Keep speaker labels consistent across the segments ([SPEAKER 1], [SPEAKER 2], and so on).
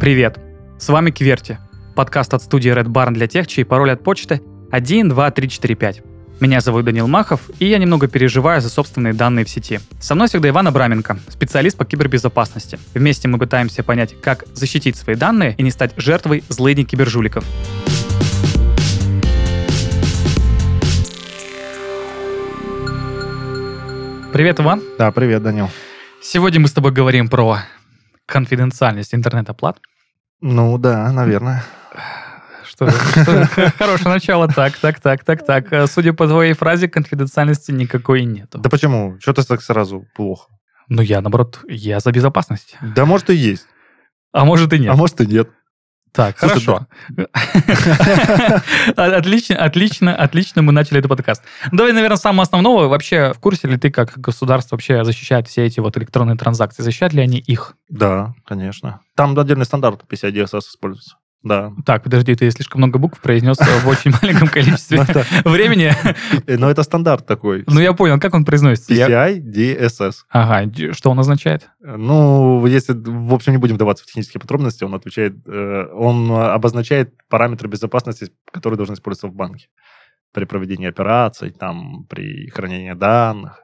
[SPEAKER 1] Привет! С вами Кверти, подкаст от студии Red Barn для тех, чей пароль от почты 12345. Меня зовут Данил Махов, и я немного переживаю за собственные данные в сети. Со мной всегда Иван Абраменко, специалист по кибербезопасности. Вместе мы пытаемся понять, как защитить свои данные и не стать жертвой злыдней кибержуликов. Привет, Иван.
[SPEAKER 2] Да, привет, Данил.
[SPEAKER 1] Сегодня мы с тобой говорим про конфиденциальность интернет-оплат.
[SPEAKER 2] Ну да, наверное.
[SPEAKER 1] Что, что- хорошее начало. Так, так, так, так, так. Э, Судя по твоей фразе, конфиденциальности никакой нету.
[SPEAKER 2] Да почему? Что ты так сразу плохо?
[SPEAKER 1] Ну, я, наоборот, я за безопасность.
[SPEAKER 2] Да может и есть,
[SPEAKER 1] А может и нет.
[SPEAKER 2] а может и нет.
[SPEAKER 1] Так,
[SPEAKER 2] Слушай,
[SPEAKER 1] хорошо. О- Отлично, отлично, отлично мы начали этот подкаст. Ну, Давай, наверное, с самого основного. Вообще, в курсе ли ты, как государство вообще защищает все эти вот электронные транзакции? Защищают ли они их?
[SPEAKER 2] Да, конечно. Там отдельный стандарт 50 DSS используется. Да.
[SPEAKER 1] Так, подожди, ты слишком много букв произнес в очень маленьком
[SPEAKER 2] Но
[SPEAKER 1] количестве
[SPEAKER 2] Ну, это,
[SPEAKER 1] времени.
[SPEAKER 2] э, но это стандарт такой.
[SPEAKER 1] Ну, я понял, как он произносится? Я-
[SPEAKER 2] PCI DSS.
[SPEAKER 1] Ага, д- что он означает?
[SPEAKER 2] Ну, если, в общем, не будем вдаваться в технические подробности, он отвечает, э, он обозначает параметры безопасности, которые должны использоваться в банке при проведении операций, там, при хранении данных.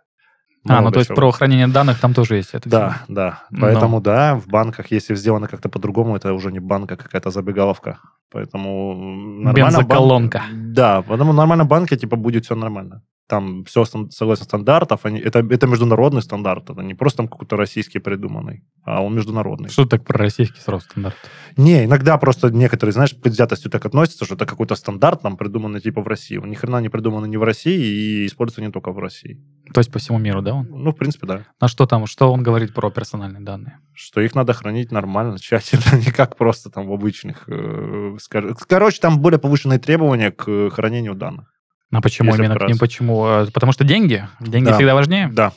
[SPEAKER 1] А, ну
[SPEAKER 2] Много
[SPEAKER 1] то есть
[SPEAKER 2] чего.
[SPEAKER 1] про хранение данных там тоже есть. это всё.
[SPEAKER 2] Да, да.
[SPEAKER 1] Но.
[SPEAKER 2] Поэтому да, в банках, если сделано как-то по-другому, это уже не банк, а какая-то забегаловка. Поэтому м, нормально банк-
[SPEAKER 1] Бензоколонка.
[SPEAKER 2] Да, поэтому нормально в банке типа будет все нормально. Там все согласно стандартов, они, это, это международный стандарт, это не просто там какой-то российский придуманный, а он международный.
[SPEAKER 1] Ну, Что так про российский сразу стандарт?
[SPEAKER 2] Не, иногда просто некоторые, знаешь, с предвзятостью так относятся, что это какой-то стандарт нам придуманный типа в России. Он ни хрена не придуманный не в России и используется не только в России.
[SPEAKER 1] То есть по всему миру, да? Он?
[SPEAKER 2] Ну, в принципе, да.
[SPEAKER 1] А что там, что он говорит про персональные данные?
[SPEAKER 2] что их надо хранить нормально, тщательно, не как просто там в обычных... э, скаж- Короче, там более повышенные требования к э, хранению данных.
[SPEAKER 1] А почему
[SPEAKER 2] Если
[SPEAKER 1] именно к ним?
[SPEAKER 2] вкратце.
[SPEAKER 1] Почему? Э, Потому что деньги? Деньги
[SPEAKER 2] Да.
[SPEAKER 1] всегда важнее?
[SPEAKER 2] Да,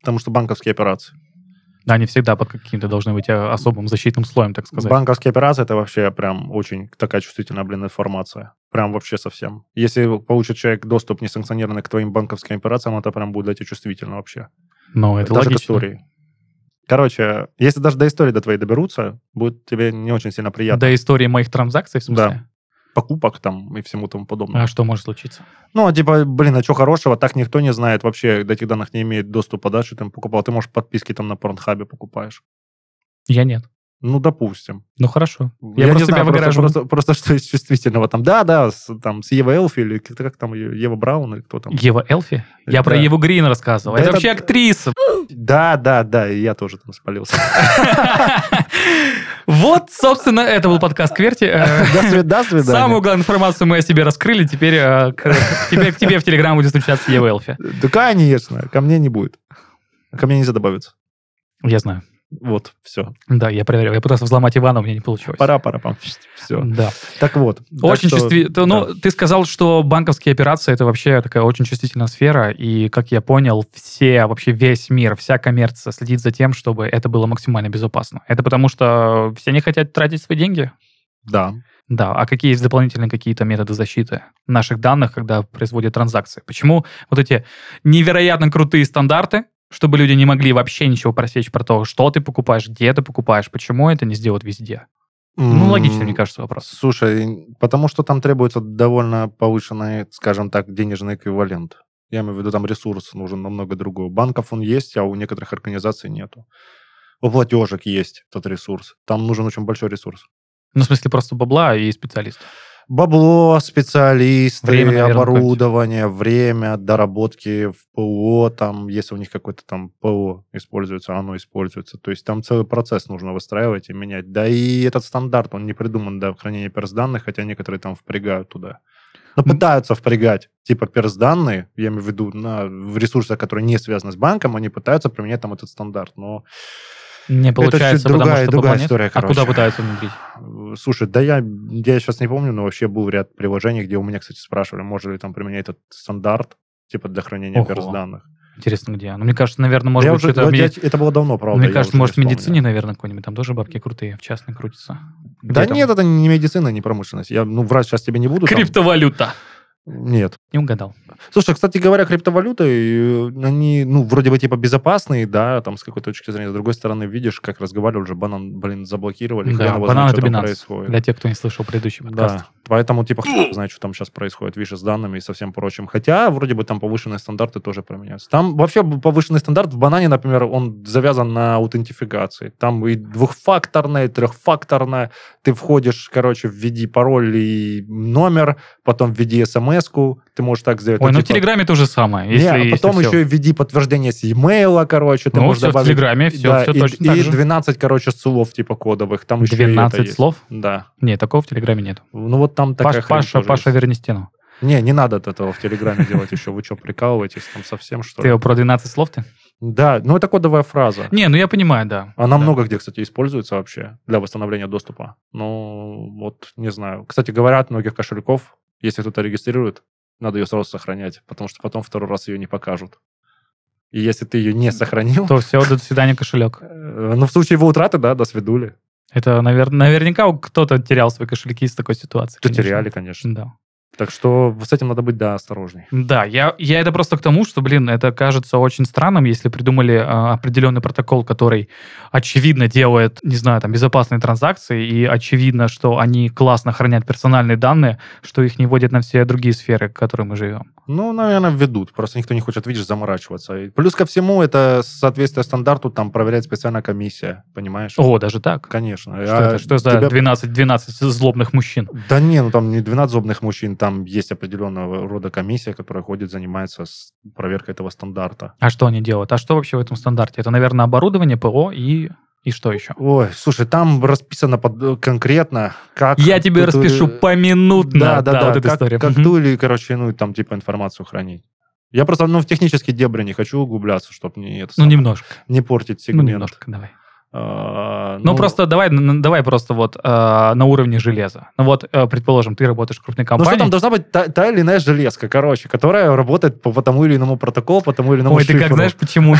[SPEAKER 2] потому что банковские операции.
[SPEAKER 1] Да, они всегда под каким-то должны быть э, особым защитным слоем, так сказать.
[SPEAKER 2] Банковские операции это вообще прям очень такая чувствительная, блин, информация. Прям вообще совсем. Если получит человек доступ несанкционированный к твоим банковским операциям, это прям будет для тебя чувствительно вообще.
[SPEAKER 1] Но это
[SPEAKER 2] даже к
[SPEAKER 1] логично.
[SPEAKER 2] истории. Короче, если даже до истории до твоей доберутся, будет тебе не очень сильно приятно.
[SPEAKER 1] До истории моих транзакций, в смысле?
[SPEAKER 2] Покупок там и всему тому подобное.
[SPEAKER 1] А что может случиться?
[SPEAKER 2] Ну, а типа, блин, а что хорошего? Так никто не знает вообще, до этих данных не имеет доступа, да, что ты им покупал. Ты, может, подписки там на Порнхабе покупаешь.
[SPEAKER 1] Я нет.
[SPEAKER 2] Ну, допустим.
[SPEAKER 1] Ну хорошо. Я просто тебя
[SPEAKER 2] просто,
[SPEAKER 1] выгораживаю.
[SPEAKER 2] просто, просто что из чувствительного там. Да, да, с, там с Евой Элфи или как, как там ее, Ева Браун или кто там.
[SPEAKER 1] Ева Элфи? Я
[SPEAKER 2] Да.
[SPEAKER 1] про Еву Грин рассказывал.
[SPEAKER 2] Ну. Да
[SPEAKER 1] это
[SPEAKER 2] это-
[SPEAKER 1] вообще актриса.
[SPEAKER 2] Да, да, да, и я тоже там спалился.
[SPEAKER 1] Вот, собственно, это был подкаст Кверти. Э,
[SPEAKER 2] До свид- до
[SPEAKER 1] Самую
[SPEAKER 2] свидания.
[SPEAKER 1] главную информацию мы о себе раскрыли, теперь э, к теперь к тебе в Телеграм будет стучаться Ева Элфи.
[SPEAKER 2] Да, конечно, ко мне не будет. Ко мне нельзя добавиться.
[SPEAKER 1] Я знаю.
[SPEAKER 2] Вот, все.
[SPEAKER 1] Да, я проверил. Я пытался взломать Ивана, у меня не получилось.
[SPEAKER 2] Пора, пора, пам. Все.
[SPEAKER 1] Да.
[SPEAKER 2] Так вот. так
[SPEAKER 1] очень
[SPEAKER 2] что-
[SPEAKER 1] чувствительно.
[SPEAKER 2] да.
[SPEAKER 1] Ну, ты сказал, что банковские операции это вообще такая очень чувствительная сфера, и, как я понял, все, вообще весь мир, вся коммерция следит за тем, чтобы это было максимально безопасно. Это потому, что все не хотят тратить свои деньги?
[SPEAKER 2] Да.
[SPEAKER 1] Да, а какие есть дополнительные какие-то методы защиты наших данных, когда производят транзакции? Почему вот эти невероятно крутые стандарты, чтобы люди не могли вообще ничего просечь про то, что ты покупаешь, где ты покупаешь, почему это не сделают везде? Ну, логично, мне
[SPEAKER 2] М,
[SPEAKER 1] кажется, вопрос.
[SPEAKER 2] Слушай, потому что там требуется довольно повышенный, скажем так, денежный эквивалент. Я имею в виду, там ресурс нужен намного другой. У банков он есть, а у некоторых организаций нету. У платежек есть тот ресурс. Там нужен очень большой ресурс.
[SPEAKER 1] Ну, в смысле, просто бабла и специалист.
[SPEAKER 2] Бабло, специалисты,
[SPEAKER 1] Время, наверное,
[SPEAKER 2] оборудование, время, доработки в ПО, там, если у них какое-то там ПО используется, оно используется. То есть там целый процесс нужно выстраивать и менять. Да и этот стандарт, он не придуман для хранения персданных, хотя некоторые там впрягают туда. Но
[SPEAKER 1] М.
[SPEAKER 2] пытаются впрягать, типа, персданные, я имею в виду, на, в ресурсах, которые не связаны с банком, они пытаются применять там этот стандарт, но
[SPEAKER 1] Не получается,
[SPEAKER 2] чуть
[SPEAKER 1] потому
[SPEAKER 2] другая-
[SPEAKER 1] что
[SPEAKER 2] другая
[SPEAKER 1] бабла нет?
[SPEAKER 2] история,
[SPEAKER 1] А куда
[SPEAKER 2] короче.
[SPEAKER 1] пытаются внедрить?
[SPEAKER 2] Э, Слушай, да я, я сейчас не помню, но вообще был ряд приложений, где у меня, кстати, спрашивали, можно ли там применять этот стандарт, типа для хранения
[SPEAKER 1] Ого.
[SPEAKER 2] персданных.
[SPEAKER 1] Интересно, где? Ну, мне кажется, наверное, может
[SPEAKER 2] Я
[SPEAKER 1] быть,
[SPEAKER 2] уже-
[SPEAKER 1] что-то... в
[SPEAKER 2] вот я-
[SPEAKER 1] меди-
[SPEAKER 2] это было давно, правда.
[SPEAKER 1] Мне
[SPEAKER 2] я
[SPEAKER 1] кажется,
[SPEAKER 2] уже
[SPEAKER 1] может, в
[SPEAKER 2] не вспомню.
[SPEAKER 1] медицине, наверное, какой-нибудь. Там тоже бабки крутые, в частной крутятся.
[SPEAKER 2] Да
[SPEAKER 1] Где там?
[SPEAKER 2] нет, это не медицина, не промышленность. Я, ну, врач сейчас тебе не буду. там-
[SPEAKER 1] Криптовалюта.
[SPEAKER 2] Нет.
[SPEAKER 1] Не угадал.
[SPEAKER 2] Слушай, кстати говоря, криптовалюты, э, они, ну, вроде бы, типа, безопасные, да, там, с какой-то точки зрения. С другой стороны, видишь, как разговаривали уже, банан, блин, заблокировали.
[SPEAKER 1] Да,
[SPEAKER 2] хрен его
[SPEAKER 1] банан
[SPEAKER 2] знает, что
[SPEAKER 1] это
[SPEAKER 2] там
[SPEAKER 1] Binance.
[SPEAKER 2] происходит.
[SPEAKER 1] Для тех, кто не слышал предыдущий подкаст.
[SPEAKER 2] Да, поэтому, типа, хрен знает, что там сейчас происходит, видишь, с данными и со всем прочим. Хотя, вроде бы, там повышенные стандарты тоже применяются. Там вообще повышенный стандарт в банане, например, он завязан на аутентификации. Там и двухфакторная, и трехфакторная. Ты входишь, короче, введи пароль и номер, потом введи смс-ку, ты можешь так сделать.
[SPEAKER 1] Ой, ну в
[SPEAKER 2] типа,
[SPEAKER 1] Телеграме то же самое. Если,
[SPEAKER 2] не, а
[SPEAKER 1] если
[SPEAKER 2] потом
[SPEAKER 1] всё.
[SPEAKER 2] еще и введи подтверждение с e-mail, короче, ты
[SPEAKER 1] Ну,
[SPEAKER 2] можешь
[SPEAKER 1] все в
[SPEAKER 2] добавить.
[SPEAKER 1] Телеграме, все,
[SPEAKER 2] Да,
[SPEAKER 1] все
[SPEAKER 2] и,
[SPEAKER 1] точно так
[SPEAKER 2] и
[SPEAKER 1] же.
[SPEAKER 2] 12, короче, слов типа кодовых. Там еще и это
[SPEAKER 1] 12
[SPEAKER 2] есть.
[SPEAKER 1] слов?
[SPEAKER 2] Да.
[SPEAKER 1] Нет, такого в Телеграме нет.
[SPEAKER 2] Ну вот там такая
[SPEAKER 1] Паш-
[SPEAKER 2] хрень
[SPEAKER 1] Паша,
[SPEAKER 2] тоже
[SPEAKER 1] Паша,
[SPEAKER 2] есть.
[SPEAKER 1] верни стену.
[SPEAKER 2] Не, не надо от этого в Телеграме делать еще. Вы что, прикалываетесь там совсем, что
[SPEAKER 1] Ты
[SPEAKER 2] ли?
[SPEAKER 1] про 12 слов ты?
[SPEAKER 2] Да, ну это кодовая фраза.
[SPEAKER 1] Не, ну я понимаю, да.
[SPEAKER 2] Она
[SPEAKER 1] Да.
[SPEAKER 2] много где, кстати, используется вообще для восстановления доступа. Ну, вот не знаю. Кстати, говорят, многих кошельков, если кто-то регистрирует, надо ее сразу сохранять, потому что потом второй раз ее не покажут. И если ты ее не сохранил,
[SPEAKER 1] То все, до свидания, кошелек.
[SPEAKER 2] Э, Ну, в случае его утраты, да, до свидули.
[SPEAKER 1] Это, навер- наверняка у- кто-то терял свои кошельки из такой ситуации.
[SPEAKER 2] Что
[SPEAKER 1] конечно.
[SPEAKER 2] теряли, конечно.
[SPEAKER 1] Да.
[SPEAKER 2] Так что с этим надо быть, да, осторожней.
[SPEAKER 1] Да, я, я это просто к тому, что, блин, это кажется очень странным, если придумали а, определенный протокол, который очевидно делает, не знаю, там, безопасные транзакции, и очевидно, что они классно хранят персональные данные, что их не вводят на все другие сферы, к которым мы живем.
[SPEAKER 2] Ну, наверное, введут. Просто никто не хочет, видишь, заморачиваться. И Плюс ко всему, это соответствие стандарту там проверяет специальная комиссия, понимаешь?
[SPEAKER 1] О, даже так?
[SPEAKER 2] Конечно.
[SPEAKER 1] Что,
[SPEAKER 2] А
[SPEAKER 1] это, что за
[SPEAKER 2] тебя-
[SPEAKER 1] 12, 12 злобных мужчин?
[SPEAKER 2] Да не, ну там не 12 зубных мужчин, там есть определенного рода комиссия, которая ходит, занимается с проверкой этого стандарта.
[SPEAKER 1] А что они делают? А что вообще в этом стандарте? Это, наверное, оборудование, ПО и, и что еще?
[SPEAKER 2] Ой, слушай, там расписано под- э, конкретно, как...
[SPEAKER 1] Я тебе
[SPEAKER 2] тут- э,
[SPEAKER 1] распишу поминутно.
[SPEAKER 2] Да, да, да.
[SPEAKER 1] вот эта
[SPEAKER 2] как,
[SPEAKER 1] история.
[SPEAKER 2] как
[SPEAKER 1] Мгм.
[SPEAKER 2] ту или, короче, ну, там, типа, информацию хранить. Я просто, ну, в технические дебри не хочу углубляться, чтобы не, это
[SPEAKER 1] Ну,
[SPEAKER 2] самое,
[SPEAKER 1] немножко.
[SPEAKER 2] не портить
[SPEAKER 1] Ну,
[SPEAKER 2] сегмент.
[SPEAKER 1] немножко, давай.
[SPEAKER 2] А,
[SPEAKER 1] Ну, просто давай, н- н- давай просто вот э, на уровне железа. Ну вот, э, предположим, ты работаешь в крупной
[SPEAKER 2] Ну,
[SPEAKER 1] компании.
[SPEAKER 2] что там должна быть та, та или иная железка, короче, которая работает по, по тому или иному протоколу, по тому или иному
[SPEAKER 1] Ой, ты как
[SPEAKER 2] шифру.
[SPEAKER 1] знаешь, почему?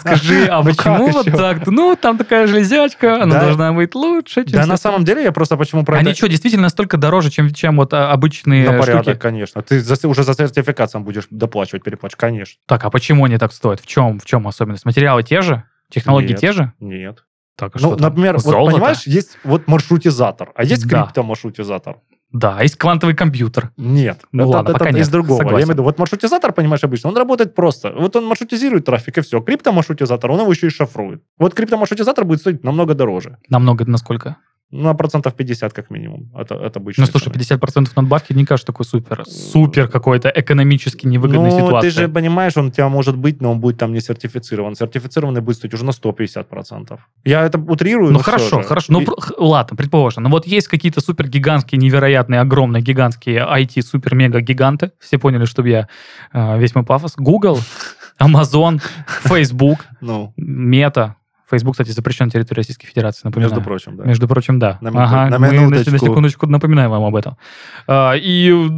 [SPEAKER 1] Скажи, а
[SPEAKER 2] Ну, как
[SPEAKER 1] почему вот
[SPEAKER 2] еще?
[SPEAKER 1] так? Ну, там такая железячка, она
[SPEAKER 2] Да.
[SPEAKER 1] должна быть лучше. чем
[SPEAKER 2] Да, на
[SPEAKER 1] все.
[SPEAKER 2] самом деле, я просто почему про это-
[SPEAKER 1] Они что, действительно настолько дороже, чем, чем вот а,
[SPEAKER 2] На
[SPEAKER 1] обычные
[SPEAKER 2] порядок,
[SPEAKER 1] штуки?
[SPEAKER 2] конечно. Ты за- уже за сертификатом будешь доплачивать, переплачивать. Конечно.
[SPEAKER 1] Так, а почему они так стоят? В чем, в чем особенность? Материалы те же? Технологии
[SPEAKER 2] Нет.
[SPEAKER 1] те же?
[SPEAKER 2] Нет.
[SPEAKER 1] Так, а
[SPEAKER 2] ну,
[SPEAKER 1] что там?
[SPEAKER 2] например, вот
[SPEAKER 1] Золото?
[SPEAKER 2] понимаешь, есть вот маршрутизатор, а есть
[SPEAKER 1] Да.
[SPEAKER 2] криптомаршрутизатор.
[SPEAKER 1] Да, есть квантовый компьютер.
[SPEAKER 2] Нет.
[SPEAKER 1] Ну
[SPEAKER 2] это,
[SPEAKER 1] ладно,
[SPEAKER 2] это-
[SPEAKER 1] пока
[SPEAKER 2] это
[SPEAKER 1] нет,
[SPEAKER 2] из другого. Я
[SPEAKER 1] согласен.
[SPEAKER 2] имею в виду, вот маршрутизатор, понимаешь, обычно, он работает просто. Вот он маршрутизирует трафик, и все. Криптомаршрутизатор, он его еще и шифрует. Вот криптомаршрутизатор будет стоить намного дороже.
[SPEAKER 1] Намного насколько?
[SPEAKER 2] Ну, на процентов 50 как минимум от, от обычной.
[SPEAKER 1] Ну, слушай,
[SPEAKER 2] цены.
[SPEAKER 1] 50% надбавки не кажется такой супер, супер какой-то экономически невыгодной
[SPEAKER 2] ну,
[SPEAKER 1] ситуации.
[SPEAKER 2] ты же понимаешь, он у тебя может быть, но он будет там не сертифицирован. Сертифицированный будет стоить уже на 150%. Я это утрирую,
[SPEAKER 1] Ну
[SPEAKER 2] но всё
[SPEAKER 1] хорошо,
[SPEAKER 2] же.
[SPEAKER 1] хорошо. Ну
[SPEAKER 2] И-
[SPEAKER 1] про- х- ладно, предположим. Ну вот есть какие-то супер гигантские, невероятные, огромные, гигантские IT, супер мега гиганты. Все поняли, чтобы я э, весь мой пафос. Google, Amazon, Facebook,
[SPEAKER 2] ну,
[SPEAKER 1] Meta. Facebook, кстати, запрещен на территории Российской Федерации, напоминаю.
[SPEAKER 2] между прочим, да.
[SPEAKER 1] Между прочим, да.
[SPEAKER 2] На мину-
[SPEAKER 1] ага,
[SPEAKER 2] на
[SPEAKER 1] мы на- на,
[SPEAKER 2] минуточку.
[SPEAKER 1] секундочку напоминаем вам об этом. А, и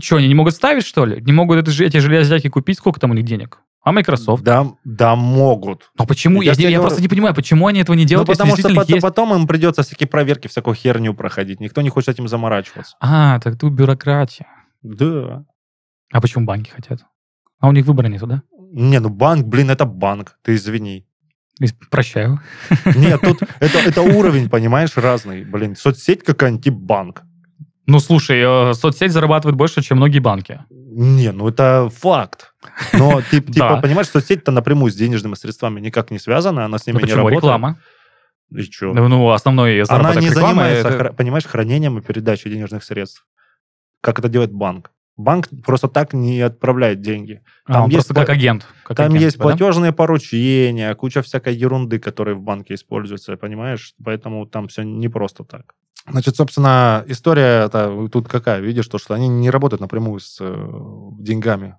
[SPEAKER 1] что, они не могут ставить, что ли? Не могут это, же- эти железяки купить? Сколько там у них денег? А Microsoft?
[SPEAKER 2] Да, да могут.
[SPEAKER 1] Но почему?
[SPEAKER 2] Я
[SPEAKER 1] Я,
[SPEAKER 2] тебе
[SPEAKER 1] я
[SPEAKER 2] говорю-
[SPEAKER 1] просто не понимаю, почему они этого не
[SPEAKER 2] Ну,
[SPEAKER 1] делают, если
[SPEAKER 2] потому что
[SPEAKER 1] действительно
[SPEAKER 2] пот-
[SPEAKER 1] есть...
[SPEAKER 2] потом им придется всякие проверки, всякую херню проходить. Никто не хочет этим заморачиваться.
[SPEAKER 1] А, так тут бюрократия.
[SPEAKER 2] Да.
[SPEAKER 1] А почему банки хотят? А у них выбора нету, да?
[SPEAKER 2] Не, ну банк, блин, это банк, ты извини.
[SPEAKER 1] И с- Прощаю.
[SPEAKER 2] Нет, тут это, это уровень, понимаешь, разный. Блин, соцсеть какая-нибудь и банк.
[SPEAKER 1] Ну, слушай, э, соцсеть зарабатывает больше, чем многие банки.
[SPEAKER 2] Не, ну это факт. Но ты,
[SPEAKER 1] Да.
[SPEAKER 2] типа, понимаешь, соцсеть-то напрямую с денежными средствами никак не связана, она с ними
[SPEAKER 1] Ну,
[SPEAKER 2] не
[SPEAKER 1] почему?
[SPEAKER 2] работает.
[SPEAKER 1] Реклама.
[SPEAKER 2] И чё?
[SPEAKER 1] Ну, ну, основной заработок
[SPEAKER 2] Она не
[SPEAKER 1] рекламы
[SPEAKER 2] занимается,
[SPEAKER 1] это-
[SPEAKER 2] хра- понимаешь, хранением и передачей денежных средств. Как это делает банк? Банк просто так не отправляет деньги.
[SPEAKER 1] А,
[SPEAKER 2] там
[SPEAKER 1] он
[SPEAKER 2] есть
[SPEAKER 1] просто как
[SPEAKER 2] пла-
[SPEAKER 1] агент. как
[SPEAKER 2] Там
[SPEAKER 1] агент,
[SPEAKER 2] есть
[SPEAKER 1] типа, да?
[SPEAKER 2] платежные поручения, куча всякой ерунды, которые в банке используются, понимаешь? Поэтому там все не просто так. Значит, собственно, история -то тут какая? Видишь, то, что они не работают напрямую с э, деньгами.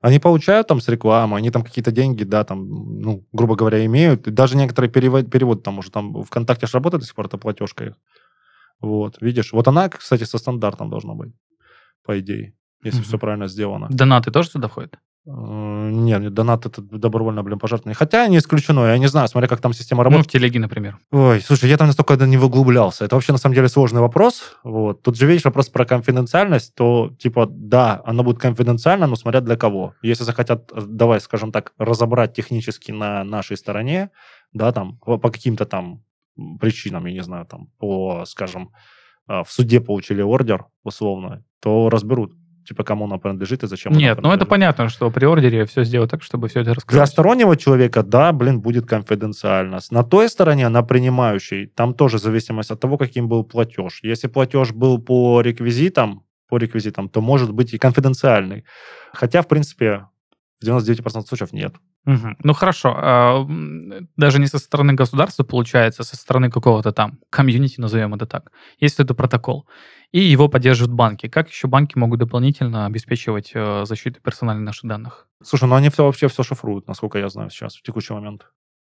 [SPEAKER 2] Они получают там с рекламы, они там какие-то деньги, да, там, ну, грубо говоря, имеют. И даже некоторые перевод, переводы там уже там ВКонтакте же работает до сих пор эта платежка их. Вот, видишь. Вот она, кстати, со стандартом должна быть, по идее, если
[SPEAKER 1] Мгм.
[SPEAKER 2] все правильно сделано.
[SPEAKER 1] Донаты тоже сюда входят?
[SPEAKER 2] Э, Не, мне донат это добровольно, блин, пожертвование. Хотя не исключено, я не знаю, смотря как там система
[SPEAKER 1] Ну,
[SPEAKER 2] работает.
[SPEAKER 1] в телеге, например.
[SPEAKER 2] Ой, слушай, я там настолько не выглублялся. Это вообще, на самом деле, сложный вопрос. Вот. Тут же видишь вопрос про конфиденциальность, то, типа, да, оно будет конфиденциально, но смотря для кого. Если захотят, э, давай, скажем так, разобрать технически на нашей стороне, да, там, по, по каким-то там причинам, я не знаю, там, по, скажем, э, в суде получили ордер, условно, то разберут, типа, кому она принадлежит и зачем она
[SPEAKER 1] Нет, ну это
[SPEAKER 2] принадлежит.
[SPEAKER 1] понятно, что при ордере все сделать так, чтобы все это
[SPEAKER 2] Для
[SPEAKER 1] раскрылось.
[SPEAKER 2] стороннего человека, да, блин, будет конфиденциально. С- На той стороне, на принимающей, там тоже зависимость от того, каким был платеж. Если платеж был по реквизитам, по реквизитам, то может быть и конфиденциальный. Хотя, в принципе, в 99% случаев нет.
[SPEAKER 1] Мгм. Ну хорошо, а, м, даже не со стороны государства получается, а со стороны какого-то там комьюнити, назовем это так. Есть это протокол. И его поддерживают банки. Как еще банки могут дополнительно обеспечивать э, защиту персональных наших данных?
[SPEAKER 2] Слушай, ну они все вообще все шифруют, насколько я знаю сейчас, в текущий момент.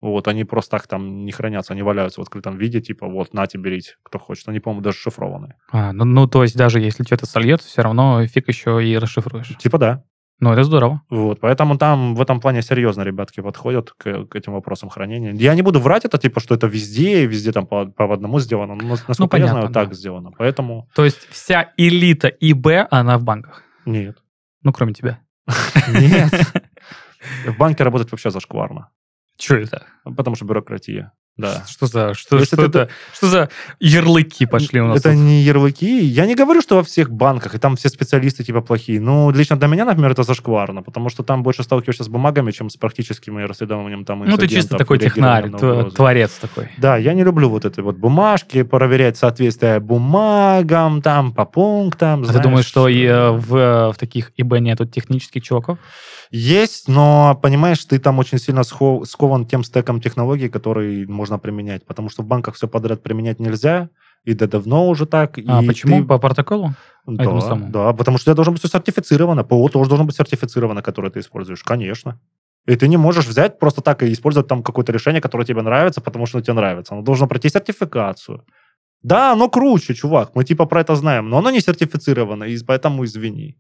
[SPEAKER 2] Вот, они просто так там не хранятся, они валяются в открытом виде, типа, вот, нате, берите, кто хочет. Они, по-моему, даже шифрованы.
[SPEAKER 1] А, ну, ну, то есть даже если что-то сольется, все равно фиг еще и расшифруешь.
[SPEAKER 2] Типа, да.
[SPEAKER 1] Ну, это здорово.
[SPEAKER 2] Вот, поэтому там в этом плане серьезно ребятки подходят к, к этим вопросам хранения. Я не буду врать это, типа, что это везде, и везде там по, по одному сделано. Но, нас- насколько я
[SPEAKER 1] понятно,
[SPEAKER 2] знаю,
[SPEAKER 1] да.
[SPEAKER 2] так сделано. Поэтому
[SPEAKER 1] То есть вся элита ИБ, она в банках.
[SPEAKER 2] нет.
[SPEAKER 1] Ну, кроме тебя.
[SPEAKER 2] Нет. В банке работать вообще зашкварно.
[SPEAKER 1] Что это?
[SPEAKER 2] Потому что бюрократия. Да.
[SPEAKER 1] Что за, что,
[SPEAKER 2] Если
[SPEAKER 1] что
[SPEAKER 2] ты-
[SPEAKER 1] это, что за ярлыки пошли у нас?
[SPEAKER 2] Это
[SPEAKER 1] тут?
[SPEAKER 2] не ярлыки. Я не говорю, что во всех банках, и там все специалисты типа плохие. Ну, лично для меня, например, это зашкварно, потому что там больше сталкиваешься с бумагами, чем с практическим расследованием там
[SPEAKER 1] Ну, ты чисто
[SPEAKER 2] инцидентов,
[SPEAKER 1] такой
[SPEAKER 2] реагирования
[SPEAKER 1] технарь,
[SPEAKER 2] на
[SPEAKER 1] тв-
[SPEAKER 2] угрозы.
[SPEAKER 1] творец такой.
[SPEAKER 2] Да, я не люблю вот этой вот бумажки, проверять соответствие бумагам, там, по пунктам.
[SPEAKER 1] А ты
[SPEAKER 2] знаешь.
[SPEAKER 1] думаешь, что и э, в, э, в таких ИБ нету технических чуваков?
[SPEAKER 2] Есть, но, понимаешь, ты там очень сильно схо- скован тем стеком технологий, который можно применять, потому что в банках все подряд применять нельзя, и да давно уже так.
[SPEAKER 1] А
[SPEAKER 2] и
[SPEAKER 1] почему?
[SPEAKER 2] ты-
[SPEAKER 1] По протоколу? А этому
[SPEAKER 2] Да,
[SPEAKER 1] самому?
[SPEAKER 2] да, потому что у тебя должно быть все сертифицировано, ПО тоже должно быть сертифицировано, которое ты используешь, конечно. И ты не можешь взять просто так и использовать там какое-то решение, которое тебе нравится, потому что оно тебе нравится. Оно должно пройти сертификацию. Да, оно круче, чувак, мы типа про это знаем, но оно не сертифицировано, и поэтому извини.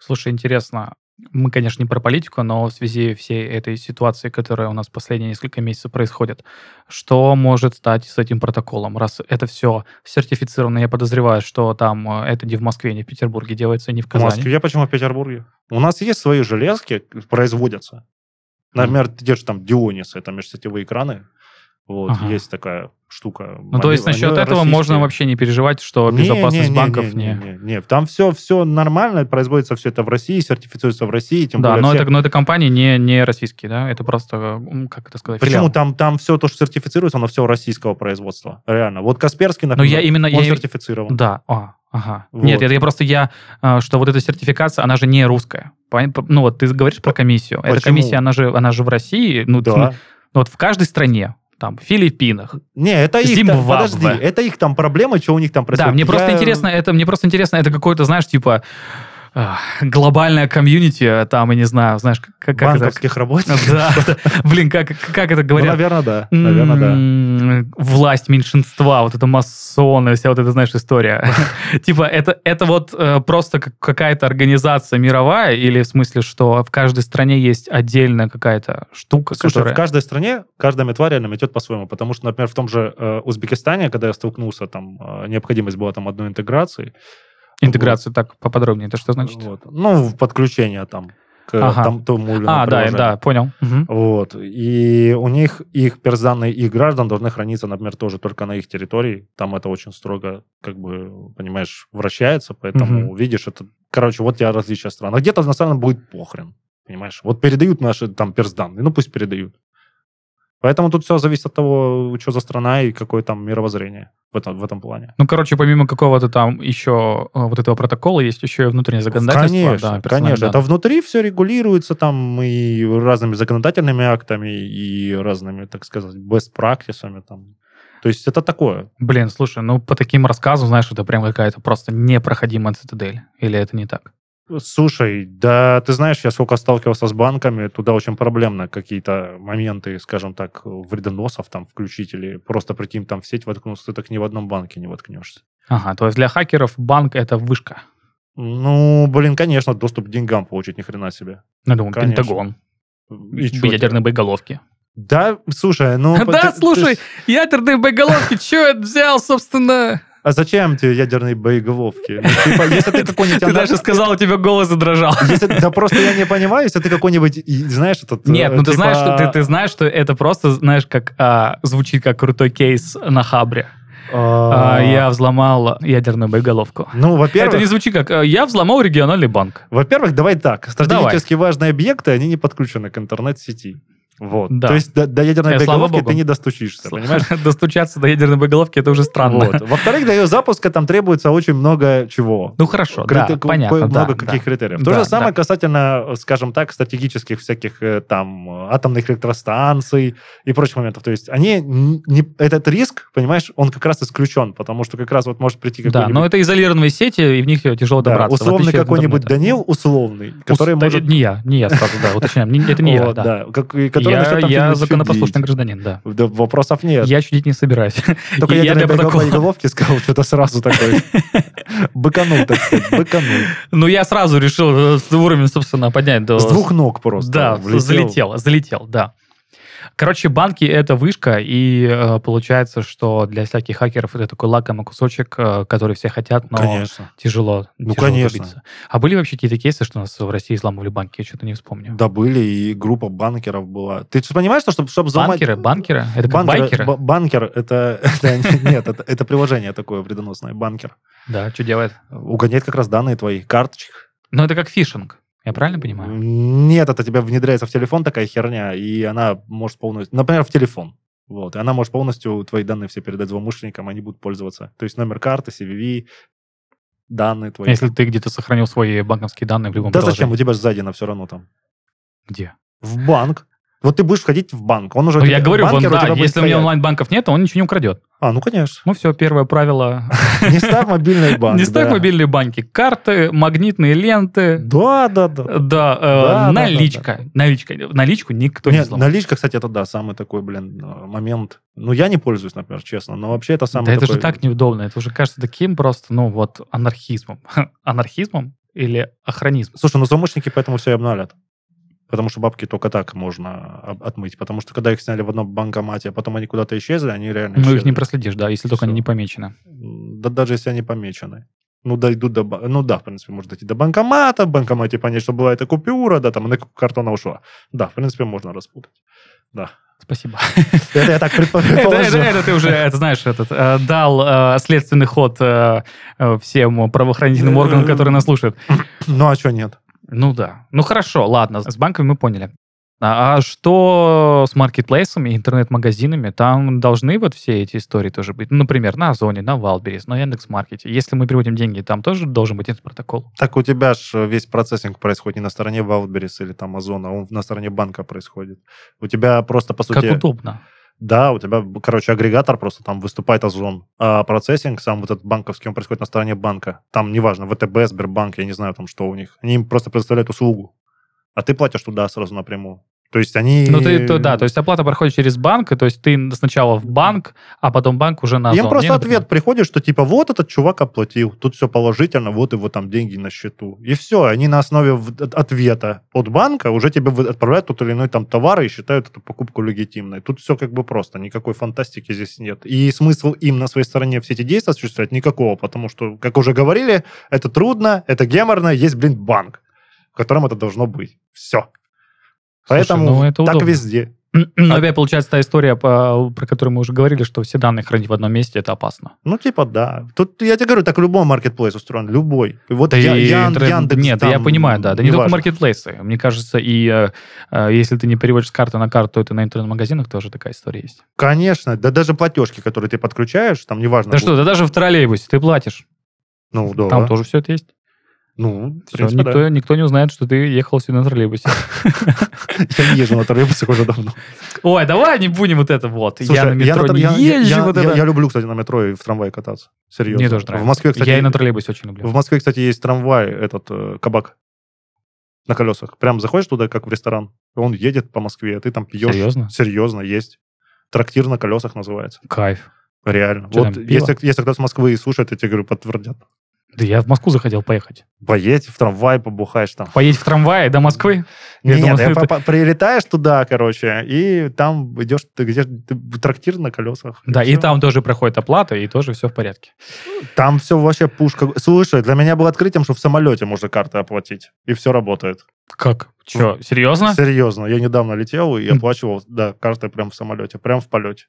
[SPEAKER 1] Слушай, интересно, мы, конечно, не про политику, но в связи всей этой ситуации, которая у нас последние несколько месяцев происходит, что может стать с этим протоколом? Раз это все сертифицировано, я подозреваю, что там э, это не в Москве, не в Петербурге делается, не в
[SPEAKER 2] В
[SPEAKER 1] Казани.
[SPEAKER 2] Москве почему в Петербурге? У нас есть свои железки, производятся. Например, те же там Дионисы, это межсетевые экраны. Вот,
[SPEAKER 1] Ага.
[SPEAKER 2] есть такая штука.
[SPEAKER 1] Ну, то есть
[SPEAKER 2] Они-
[SPEAKER 1] насчет
[SPEAKER 2] они
[SPEAKER 1] этого можно
[SPEAKER 2] российские.
[SPEAKER 1] вообще не переживать, что
[SPEAKER 2] Не,
[SPEAKER 1] безопасность
[SPEAKER 2] не, не,
[SPEAKER 1] банков
[SPEAKER 2] не,
[SPEAKER 1] не...
[SPEAKER 2] не, не, не. Там все, все нормально, производится все это в России, сертифицируется в России, тем
[SPEAKER 1] Да,
[SPEAKER 2] более
[SPEAKER 1] но
[SPEAKER 2] все-
[SPEAKER 1] это, но это компании не, не российские, да? Это просто, м, как это сказать,
[SPEAKER 2] Почему
[SPEAKER 1] филиалы.
[SPEAKER 2] там, там все то, что сертифицируется, оно все российского производства. Реально. Вот Касперский,
[SPEAKER 1] Ну,
[SPEAKER 2] например,
[SPEAKER 1] я именно-
[SPEAKER 2] он
[SPEAKER 1] я и-
[SPEAKER 2] сертифицирован.
[SPEAKER 1] Да, а, ага.
[SPEAKER 2] Вот.
[SPEAKER 1] Нет, это я просто я, а, что вот эта сертификация, она же не русская. Пон- по- Ну вот ты говоришь про комиссию. Эта
[SPEAKER 2] Почему?
[SPEAKER 1] комиссия, она же, она же в России, ну,
[SPEAKER 2] Да.
[SPEAKER 1] в смы- ну, вот в каждой стране, там, в Филиппинах.
[SPEAKER 2] Не, это их там,
[SPEAKER 1] Зимбабве.
[SPEAKER 2] подожди, это их там проблемы, что у них там происходит.
[SPEAKER 1] Да, мне просто
[SPEAKER 2] Я-
[SPEAKER 1] интересно, это мне просто интересно, это какое-то, знаешь, типа э, глобальное комьюнити, а, там, я не знаю, знаешь, как, как это...
[SPEAKER 2] банковских работников.
[SPEAKER 1] Да, да. блин, как, как это
[SPEAKER 2] Ну,
[SPEAKER 1] говорят?
[SPEAKER 2] наверное, да.
[SPEAKER 1] М,
[SPEAKER 2] Наверное, да.
[SPEAKER 1] Власть меньшинства, вот это масоны, вся вот эта, знаешь, история. Типа, это, это вот э, просто как- какая-то организация мировая, или в смысле, что в каждой стране есть отдельная какая-то штука,
[SPEAKER 2] Слушай, в
[SPEAKER 1] которая...
[SPEAKER 2] каждой стране каждая метва реально метет по-своему, потому что, например, в том же э, Узбекистане, когда я столкнулся, там э, необходимость была там одной интеграции,
[SPEAKER 1] Интеграция, так, поподробнее, это что значит?
[SPEAKER 2] Вот. Ну, в подключение там к
[SPEAKER 1] Ага.
[SPEAKER 2] там, тому или иному
[SPEAKER 1] А, да,
[SPEAKER 2] приложению.
[SPEAKER 1] да, понял. Мгм.
[SPEAKER 2] Вот. И у них, их персданные их граждан должны храниться, например, тоже только на их территории. Там это очень строго, как бы, понимаешь, вращается, поэтому видишь это... Короче, вот я различия стран. А где-то на самом деле будет похрен, понимаешь? Вот передают наши там персданные, ну пусть передают. Поэтому тут все зависит от того, что за страна и какое там мировоззрение в этом, в этом плане.
[SPEAKER 1] Ну, короче, помимо какого-то там еще э, вот этого протокола, есть еще и внутреннее законодательство.
[SPEAKER 2] Ну, Конечно,
[SPEAKER 1] да, персональных
[SPEAKER 2] конечно. Это
[SPEAKER 1] данных.
[SPEAKER 2] внутри все регулируется там и разными законодательными актами, и разными, так сказать, best практисами там. То есть это такое.
[SPEAKER 1] Блин, слушай, ну, по таким рассказам, знаешь, это прям какая-то просто непроходимая цитадель. Или это не так?
[SPEAKER 2] Слушай, да ты знаешь, я сколько сталкивался с банками, туда очень проблемно какие-то моменты, скажем так, вредоносов там включить или просто прийти им там в сеть воткнуться, ты так ни в одном банке не воткнешься.
[SPEAKER 1] Ага, то есть для хакеров банк — это вышка.
[SPEAKER 2] Ну, блин, конечно, доступ к деньгам получить, ни хрена себе.
[SPEAKER 1] Ну, я думаю,
[SPEAKER 2] Конечно.
[SPEAKER 1] Пентагон,
[SPEAKER 2] И чё
[SPEAKER 1] ядерные
[SPEAKER 2] тебе?
[SPEAKER 1] боеголовки.
[SPEAKER 2] Да, слушай, ну...
[SPEAKER 1] Да,
[SPEAKER 2] ты- ты
[SPEAKER 1] слушай.
[SPEAKER 2] ж-
[SPEAKER 1] Ядерные боеголовки, чё я взял, собственно?
[SPEAKER 2] А зачем тебе ядерные боеголовки? Ну, типа, если ты какой-нибудь...
[SPEAKER 1] Ты даже сказал, у тебя голос задрожал.
[SPEAKER 2] Если- да просто я не понимаю, если ты какой-нибудь, и- знаешь, этот... э,
[SPEAKER 1] Нет, ну ты
[SPEAKER 2] типа,
[SPEAKER 1] знаешь, что ты, ты знаешь, что это просто, знаешь, как а, звучит как крутой кейс на хабре. А,
[SPEAKER 2] а,
[SPEAKER 1] я взломал ядерную боеголовку.
[SPEAKER 2] Ну, во-первых...
[SPEAKER 1] Это не звучит как а, я взломал региональный банк.
[SPEAKER 2] Во-первых, давай так. Стратегически важные объекты, они не подключены к интернет-сети. Вот.
[SPEAKER 1] Да.
[SPEAKER 2] То есть до, до ядерной
[SPEAKER 1] Э, слава
[SPEAKER 2] боеголовки
[SPEAKER 1] богу.
[SPEAKER 2] ты не достучишься, понимаешь?
[SPEAKER 1] Достучаться до ядерной боеголовки это уже странно.
[SPEAKER 2] Вот. Во-вторых, для ее запуска там требуется очень много чего.
[SPEAKER 1] Ну хорошо, да,
[SPEAKER 2] Крит- ко-
[SPEAKER 1] понятно. да,
[SPEAKER 2] много
[SPEAKER 1] да.
[SPEAKER 2] каких критериев. То
[SPEAKER 1] Да,
[SPEAKER 2] же самое
[SPEAKER 1] да.
[SPEAKER 2] касательно, скажем так, стратегических всяких э, там э, атомных электростанций и прочих моментов. То есть они н- не, этот риск, понимаешь, он как раз исключен, потому что как раз вот может прийти какой-нибудь...
[SPEAKER 1] Да, но это изолированные сети, и в них э, тяжело
[SPEAKER 2] Да,
[SPEAKER 1] добраться. в
[SPEAKER 2] условный
[SPEAKER 1] отличие от
[SPEAKER 2] какой-нибудь
[SPEAKER 1] интернета.
[SPEAKER 2] Данил условный, который
[SPEAKER 1] Ус- да,
[SPEAKER 2] может...
[SPEAKER 1] э, Не я, не я сразу, да, уточняем. Не- Это не я,
[SPEAKER 2] Вот,
[SPEAKER 1] да.
[SPEAKER 2] да. Как- и который
[SPEAKER 1] Я,
[SPEAKER 2] начнет там
[SPEAKER 1] я
[SPEAKER 2] что-нибудь
[SPEAKER 1] законопослушный
[SPEAKER 2] чудить.
[SPEAKER 1] гражданин, да.
[SPEAKER 2] Да, вопросов нет.
[SPEAKER 1] Я чудить не собираюсь.
[SPEAKER 2] Только
[SPEAKER 1] и
[SPEAKER 2] я,
[SPEAKER 1] я
[SPEAKER 2] для
[SPEAKER 1] для протокола.
[SPEAKER 2] головки сказал что-то сразу такое. Быканул, так сказать, быканул.
[SPEAKER 1] Ну, я сразу решил э, с- уровень, собственно, поднять до...
[SPEAKER 2] С двух ног просто.
[SPEAKER 1] Да,
[SPEAKER 2] влетел.
[SPEAKER 1] залетел, залетел, да. Короче, банки — это вышка, и э, получается, что для всяких хакеров это такой лакомый кусочек, э, который все хотят, но
[SPEAKER 2] Конечно.
[SPEAKER 1] тяжело,
[SPEAKER 2] Ну,
[SPEAKER 1] тяжело
[SPEAKER 2] конечно.
[SPEAKER 1] добиться. А были вообще какие-то кейсы, что у нас в России взламывали банки? Я что-то не вспомню.
[SPEAKER 2] Да были, и группа банкеров была. Ты же понимаешь, что чтобы чтобы взломать...
[SPEAKER 1] банкеры? Банкеры? Это как
[SPEAKER 2] Банкеры-
[SPEAKER 1] байкеры?
[SPEAKER 2] ба- банкер, это... это не- Нет, это- это приложение такое вредоносное, банкер.
[SPEAKER 1] Да, что делает?
[SPEAKER 2] Угоняет как раз данные твои, карточек.
[SPEAKER 1] Ну, это как фишинг. Я правильно понимаю?
[SPEAKER 2] Нет, это тебя внедряется в телефон такая херня, и она может полностью... Например, в телефон. Вот, и она может полностью твои данные все передать злоумышленникам, они будут пользоваться. То есть номер карты, CVV, данные твои.
[SPEAKER 1] А Если ты где-то сохранил свои банковские данные в любом
[SPEAKER 2] Да зачем?
[SPEAKER 1] приложении.
[SPEAKER 2] У тебя же сзади на все равно там.
[SPEAKER 1] Где?
[SPEAKER 2] В банк. Вот ты будешь входить в банк. Он уже...
[SPEAKER 1] Ну,
[SPEAKER 2] у
[SPEAKER 1] я
[SPEAKER 2] тебя-
[SPEAKER 1] говорю, вон,
[SPEAKER 2] банкер у
[SPEAKER 1] да,
[SPEAKER 2] тебя будет
[SPEAKER 1] если у меня
[SPEAKER 2] стоять.
[SPEAKER 1] онлайн-банков нет, он ничего не украдет.
[SPEAKER 2] А, ну, конечно.
[SPEAKER 1] Ну все, первое правило.
[SPEAKER 2] Не ставь мобильный банк.
[SPEAKER 1] Не ставь
[SPEAKER 2] да.
[SPEAKER 1] мобильные банки. Карты, магнитные ленты.
[SPEAKER 2] Да, да, да.
[SPEAKER 1] Да,
[SPEAKER 2] Да,
[SPEAKER 1] э,
[SPEAKER 2] да,
[SPEAKER 1] наличка. Наличка. Наличку никто не
[SPEAKER 2] Нет,
[SPEAKER 1] взломал.
[SPEAKER 2] наличка, кстати, это да, самый такой, блин, э, момент. Ну, я не пользуюсь, например, честно, но вообще это самый
[SPEAKER 1] Да это же
[SPEAKER 2] такой-
[SPEAKER 1] так неудобно. Это уже кажется таким просто, ну вот, анархизмом. Анархизмом или охранизмом?
[SPEAKER 2] Слушай, ну злоумышленники поэтому все и обналят. Потому что бабки только так можно об- отмыть. Потому что когда их сняли в одном банкомате, а потом они куда-то исчезли, они реально
[SPEAKER 1] Ну их
[SPEAKER 2] исчезли.
[SPEAKER 1] не проследишь, да, если только они
[SPEAKER 2] Всё.
[SPEAKER 1] не помечены.
[SPEAKER 2] М, Да даже если они помечены. Ну, дойдут до... ба- Ну, да, в принципе, может дойти до банкомата, в банкомате понять, что была эта купюра, да, там, она как картона ушла. Да, в принципе, можно распутать.
[SPEAKER 1] Спасибо.
[SPEAKER 2] Это я так предпо-
[SPEAKER 1] Это,
[SPEAKER 2] предположил.
[SPEAKER 1] это- это ты уже, это знаешь, этот э, дал э, следственный ход э, э, всем правоохранительным органам, которые нас слушают.
[SPEAKER 2] Ну, а что нет?
[SPEAKER 1] Ну да. Ну хорошо, ладно, с банками мы поняли. А а что с маркетплейсами, интернет-магазинами? Там должны вот все эти истории тоже быть. Ну, например, на Озоне, на Валберис, на Яндекс.Маркете. Если мы переводим деньги, там тоже должен быть этот протокол.
[SPEAKER 2] Так у тебя же весь процессинг происходит не на стороне Валберис или там Озона, он на стороне банка происходит. У тебя просто, по сути...
[SPEAKER 1] Как удобно.
[SPEAKER 2] Да, у тебя, короче, агрегатор просто там выступает Озон, а процессинг сам вот этот банковский, он происходит на стороне банка. Там, неважно, ВТБ, Сбербанк, я не знаю там, что у них. Они им просто предоставляют услугу, а ты платишь туда сразу напрямую. То есть они...
[SPEAKER 1] Ну, ты, то- да, то есть оплата проходит через банк, и то есть ты сначала в банк, а потом банк уже на ну, Озон.
[SPEAKER 2] Им просто
[SPEAKER 1] Мне, например,
[SPEAKER 2] ответ приходит, что типа вот этот чувак оплатил, тут все положительно, вот его там деньги на счету. И все, они на основе в- от- ответа от банка уже тебе вы- отправляют тот или иной там товар и считают эту покупку легитимной. Тут все как бы просто, никакой фантастики здесь нет. И смысл им на своей стороне все эти действия осуществлять никакого, потому что, как уже говорили, это трудно, это геморно, есть, блин, банк, в котором это должно быть. Все.
[SPEAKER 1] Слушай,
[SPEAKER 2] Поэтому
[SPEAKER 1] ну, это
[SPEAKER 2] так
[SPEAKER 1] удобно.
[SPEAKER 2] везде.
[SPEAKER 1] Ну, опять получается та история, по- про которую мы уже говорили, что все данные хранить в одном месте, это опасно.
[SPEAKER 2] Ну, типа, да. Тут, я тебе говорю, так любой маркетплейс устроен, любой. И Вот
[SPEAKER 1] Да
[SPEAKER 2] я,
[SPEAKER 1] и
[SPEAKER 2] Ян-
[SPEAKER 1] интернет-
[SPEAKER 2] Яндекс
[SPEAKER 1] Нет,
[SPEAKER 2] там,
[SPEAKER 1] я понимаю, да. Да не только
[SPEAKER 2] неважно.
[SPEAKER 1] маркетплейсы. Мне кажется, и э, э, если ты не переводишь с карты на карту, то это на интернет-магазинах тоже такая история есть.
[SPEAKER 2] Конечно, да даже платежки, которые ты подключаешь, там неважно.
[SPEAKER 1] Да что, да даже в троллейбусе ты платишь.
[SPEAKER 2] Ну, да.
[SPEAKER 1] Там тоже все это есть.
[SPEAKER 2] Ну, в
[SPEAKER 1] Всё,
[SPEAKER 2] принципе,
[SPEAKER 1] никто, никто не узнает, что ты ехал сегодня на троллейбусе.
[SPEAKER 2] да. Я не езжу на троллейбусах уже давно.
[SPEAKER 1] Ой, давай не будем вот это вот.
[SPEAKER 2] Слушай,
[SPEAKER 1] Я на метро
[SPEAKER 2] тр-
[SPEAKER 1] не
[SPEAKER 2] я-
[SPEAKER 1] езжу,
[SPEAKER 2] я-
[SPEAKER 1] вот
[SPEAKER 2] я-
[SPEAKER 1] это.
[SPEAKER 2] я люблю, кстати, на метро и в трамвае кататься. Серьезно.
[SPEAKER 1] Мне тоже нравится.
[SPEAKER 2] В Москве, кстати,
[SPEAKER 1] Я и на троллейбусе очень люблю.
[SPEAKER 2] в Москве, кстати, есть трамвай, этот э, кабак на колесах. Прям заходишь туда, как в ресторан, он едет по Москве, а ты там пьешь.
[SPEAKER 1] Серьезно?
[SPEAKER 2] Серьезно, есть. Трактир на колесах называется.
[SPEAKER 1] Кайф.
[SPEAKER 2] Реально.
[SPEAKER 1] Чё
[SPEAKER 2] вот
[SPEAKER 1] там, пиво?
[SPEAKER 2] если, если кто-то с Москвы и слушает, я тебе говорю, подтвердят.
[SPEAKER 1] Да я в Москву захотел поехать.
[SPEAKER 2] Поедь в трамвай, побухаешь там.
[SPEAKER 1] Поедь в трамвае до Москвы? Я
[SPEAKER 2] Нет,
[SPEAKER 1] думал,
[SPEAKER 2] я
[SPEAKER 1] это-
[SPEAKER 2] по- по- прилетаешь туда, короче, и там идешь, ты где ж- ты в трактир на колесах.
[SPEAKER 1] Да, и
[SPEAKER 2] всё.
[SPEAKER 1] там тоже проходит оплата, и тоже все в порядке.
[SPEAKER 2] Там все вообще пушка. Слушай, для меня было открытием, что в самолете можно карты оплатить. И все работает.
[SPEAKER 1] Как? Че, серьезно?
[SPEAKER 2] Серьезно. Я недавно летел и
[SPEAKER 1] А. М.
[SPEAKER 2] оплачивал, да, карты прям в самолете, прям в полете.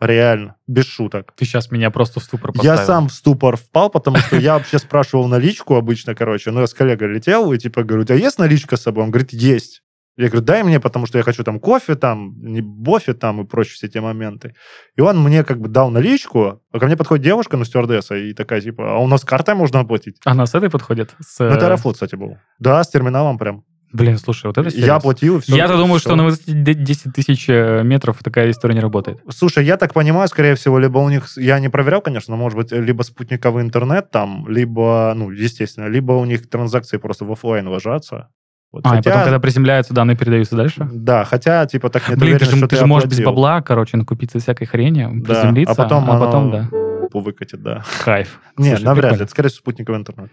[SPEAKER 2] Реально, без шуток.
[SPEAKER 1] Ты сейчас меня просто в ступор
[SPEAKER 2] Я
[SPEAKER 1] поставил.
[SPEAKER 2] сам в ступор впал, потому что я вообще спрашивал наличку обычно, короче. Ну, я с коллегой летел и типа говорю, у тебя есть наличка с собой? Он говорит, есть. Я говорю, дай мне, потому что я хочу там кофе, там, не бофе, там и прочие все эти моменты. И он мне как бы дал наличку, а ко мне подходит девушка, ну, стюардесса, и такая типа, а у нас картой можно оплатить?
[SPEAKER 1] Она с этой подходит? С,
[SPEAKER 2] На
[SPEAKER 1] э,
[SPEAKER 2] Аэрофлот, кстати, был. Да, с терминалом прям.
[SPEAKER 1] Блин, слушай, вот это
[SPEAKER 2] Я
[SPEAKER 1] серьезно.
[SPEAKER 2] оплатил, и все.
[SPEAKER 1] Я-то думаю, что на высоте де- 10 тысяч э, метров такая история не работает. А,
[SPEAKER 2] Слушай, я так понимаю, скорее всего, либо у них, с- я не проверял, конечно, но, может быть, либо спутниковый интернет там, либо, ну, естественно, либо у них транзакции просто в оффлайн ложатся. Вот,
[SPEAKER 1] А, и
[SPEAKER 2] хотя-
[SPEAKER 1] потом, когда приземляются, данные передаются дальше?
[SPEAKER 2] Да, хотя, типа, так не
[SPEAKER 1] Блин, ты
[SPEAKER 2] доверенно,
[SPEAKER 1] же,
[SPEAKER 2] что
[SPEAKER 1] ты
[SPEAKER 2] ты
[SPEAKER 1] же можешь без
[SPEAKER 2] оплатил.
[SPEAKER 1] бабла, короче, накупиться всякой хрени,
[SPEAKER 2] Да,
[SPEAKER 1] приземлиться,
[SPEAKER 2] а потом
[SPEAKER 1] а потом,
[SPEAKER 2] оно-
[SPEAKER 1] да,
[SPEAKER 2] Пу выкатит, да.
[SPEAKER 1] кайф.
[SPEAKER 2] Не,
[SPEAKER 1] Слушай,
[SPEAKER 2] навряд ли,
[SPEAKER 1] прикольно.
[SPEAKER 2] это скорее всего, спутниковый интернет.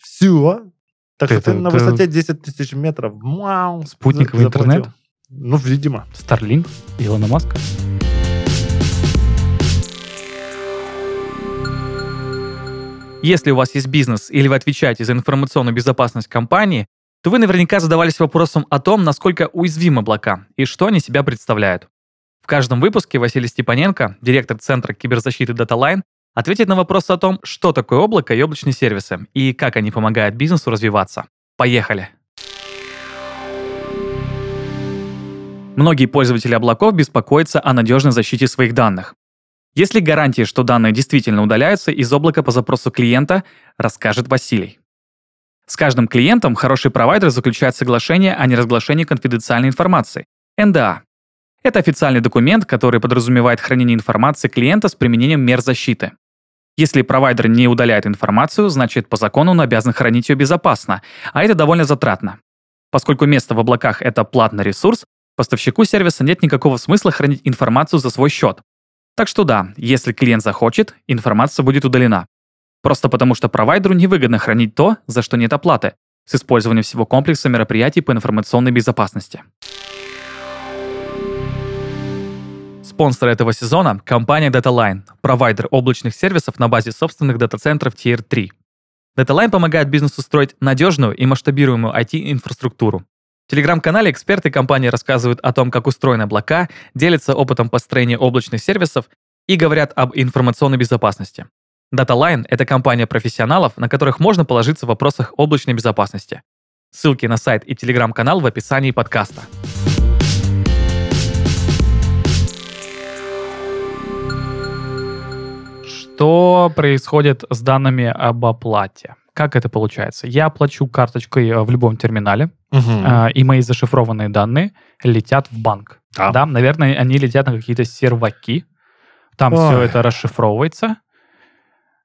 [SPEAKER 2] Все. Так
[SPEAKER 1] Ты
[SPEAKER 2] что ты
[SPEAKER 1] это-
[SPEAKER 2] на
[SPEAKER 1] ты-
[SPEAKER 2] высоте 10 тысяч метров. Мау,
[SPEAKER 1] Спутниковый
[SPEAKER 2] за- заплатил.
[SPEAKER 1] интернет?
[SPEAKER 2] Ну, видимо.
[SPEAKER 1] Старлинг, Илона Маска. Если у вас есть бизнес или вы отвечаете за информационную безопасность компании, то вы наверняка задавались вопросом о том, насколько уязвимы облака и что они себя представляют. В каждом выпуске Василий Степаненко, директор Центра киберзащиты DataLine, ответит на вопрос о том, что такое облако и облачные сервисы, и как они помогают бизнесу развиваться. Поехали! Многие пользователи облаков беспокоятся о надежной защите своих данных. Есть ли гарантии, что данные действительно удаляются из облака по запросу клиента, расскажет Василий. С каждым клиентом хороший провайдер заключает соглашение о неразглашении конфиденциальной информации – НДА. Это официальный документ, который подразумевает хранение информации клиента с применением мер защиты. Если провайдер не удаляет информацию, значит по закону он обязан хранить ее безопасно, а это довольно затратно. Поскольку место в облаках – это платный ресурс, Поставщику сервиса нет никакого смысла хранить информацию за свой счет. Так что да, если клиент захочет, информация будет удалена. Просто потому, что провайдеру невыгодно хранить то, за что нет оплаты, с использованием всего комплекса мероприятий по информационной безопасности. Спонсор этого сезона – компания DataLine, провайдер облачных сервисов на базе собственных дата-центров Tier 3. DataLine помогает бизнесу строить надежную и масштабируемую IT-инфраструктуру. В телеграм-канале эксперты компании рассказывают о том, как устроены облака, делятся опытом построения облачных сервисов и говорят об информационной безопасности. DataLine — это компания профессионалов, на которых можно положиться в вопросах облачной безопасности. Ссылки на сайт и телеграм-канал в описании подкаста. Что происходит с данными об оплате? Как это получается? Я плачу карточкой э, в любом терминале, а, и мои зашифрованные данные летят в банк.
[SPEAKER 2] Да.
[SPEAKER 1] Да, наверное, они летят на какие-то серваки. Там
[SPEAKER 2] Ой.
[SPEAKER 1] все это расшифровывается.